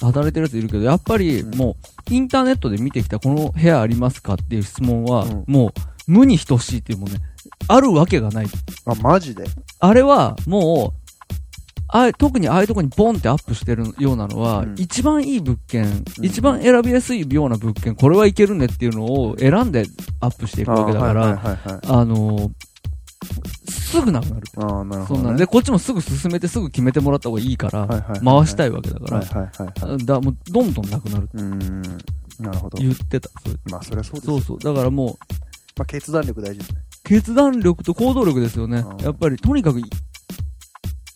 Speaker 3: 働いてるやついるけど、やっぱり
Speaker 2: うん
Speaker 3: もう、インターネットで見てきたこの部屋ありますかっていう質問は、
Speaker 2: うん
Speaker 3: もう、無に等しいっていうもんね、あるわけがない。
Speaker 2: あ、マジで
Speaker 3: あれは、もう、あ特にああいうとこにボンってアップしてるようなのは、
Speaker 2: うん
Speaker 3: 一番いい物件、
Speaker 2: うん
Speaker 3: 一番選びやすいような物件、これはいけるねっていうのを選んでアップしていくわけだから、あ,、
Speaker 2: あーはいはいはいはい。
Speaker 3: のすぐなくなる。
Speaker 2: ああ、なるほ
Speaker 3: そ
Speaker 2: ど、ね。
Speaker 3: んなんで、こっちもすぐ進めてすぐ決めてもらった方がいいから、
Speaker 2: はいはい
Speaker 3: 回した
Speaker 2: い
Speaker 3: いわけだから、
Speaker 2: はいはいはいはい。
Speaker 3: だもうどんどんなくなるっ
Speaker 2: う
Speaker 3: て
Speaker 2: ーん。なるほど。
Speaker 3: 言ってた。それ
Speaker 2: まあ、そりゃそうです。
Speaker 3: そうそう。だからもう、
Speaker 2: まあ、決断力大事ですね。
Speaker 3: 決断力と行動力ですよね
Speaker 2: うん。
Speaker 3: やっぱり、とにかく、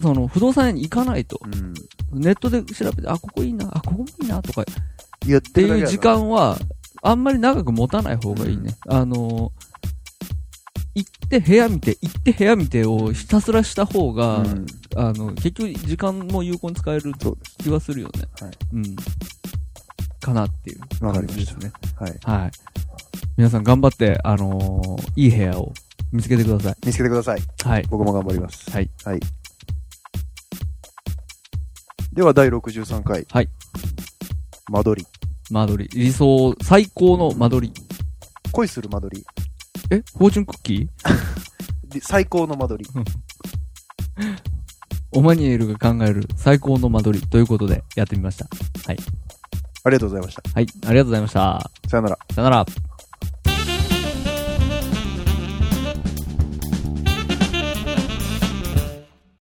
Speaker 3: その、不動産屋に行かないと、
Speaker 2: うん。
Speaker 3: ネットで調べて、あ、ここいいな、あ、ここもいいな、とか、っ
Speaker 2: 言って
Speaker 3: て
Speaker 2: るだ
Speaker 3: い
Speaker 2: け
Speaker 3: う
Speaker 2: だ
Speaker 3: 時
Speaker 2: から。
Speaker 3: 間は、あんまり長く持たない方がいいね。あのー、行って部屋見て、行って部屋見てをひたすらした方が、
Speaker 2: うん。
Speaker 3: あの、結局時間も有効に使える
Speaker 2: そうです。
Speaker 3: 気はするよね。
Speaker 2: はい
Speaker 3: うん。かなっていう。
Speaker 2: わかりました
Speaker 3: ね。
Speaker 2: はい。
Speaker 3: はい。皆さん頑張って、あのーいい部屋を見つけてください。
Speaker 2: 見つけてください。
Speaker 3: はい。
Speaker 2: 僕も頑張ります。
Speaker 3: はい。
Speaker 2: はい。では、第63回。
Speaker 3: はい。
Speaker 2: 間取り。
Speaker 3: 間取り。理想、最高の間取り。
Speaker 2: 恋する間取り。
Speaker 3: えフォーチュンクッキー
Speaker 2: り最高の間取り。
Speaker 3: オマニエルが考える最高の間取りということでやってみました。
Speaker 2: ありがとうございまし
Speaker 3: はい。ありがとうございました。
Speaker 2: た。さよなら。
Speaker 3: さよなら。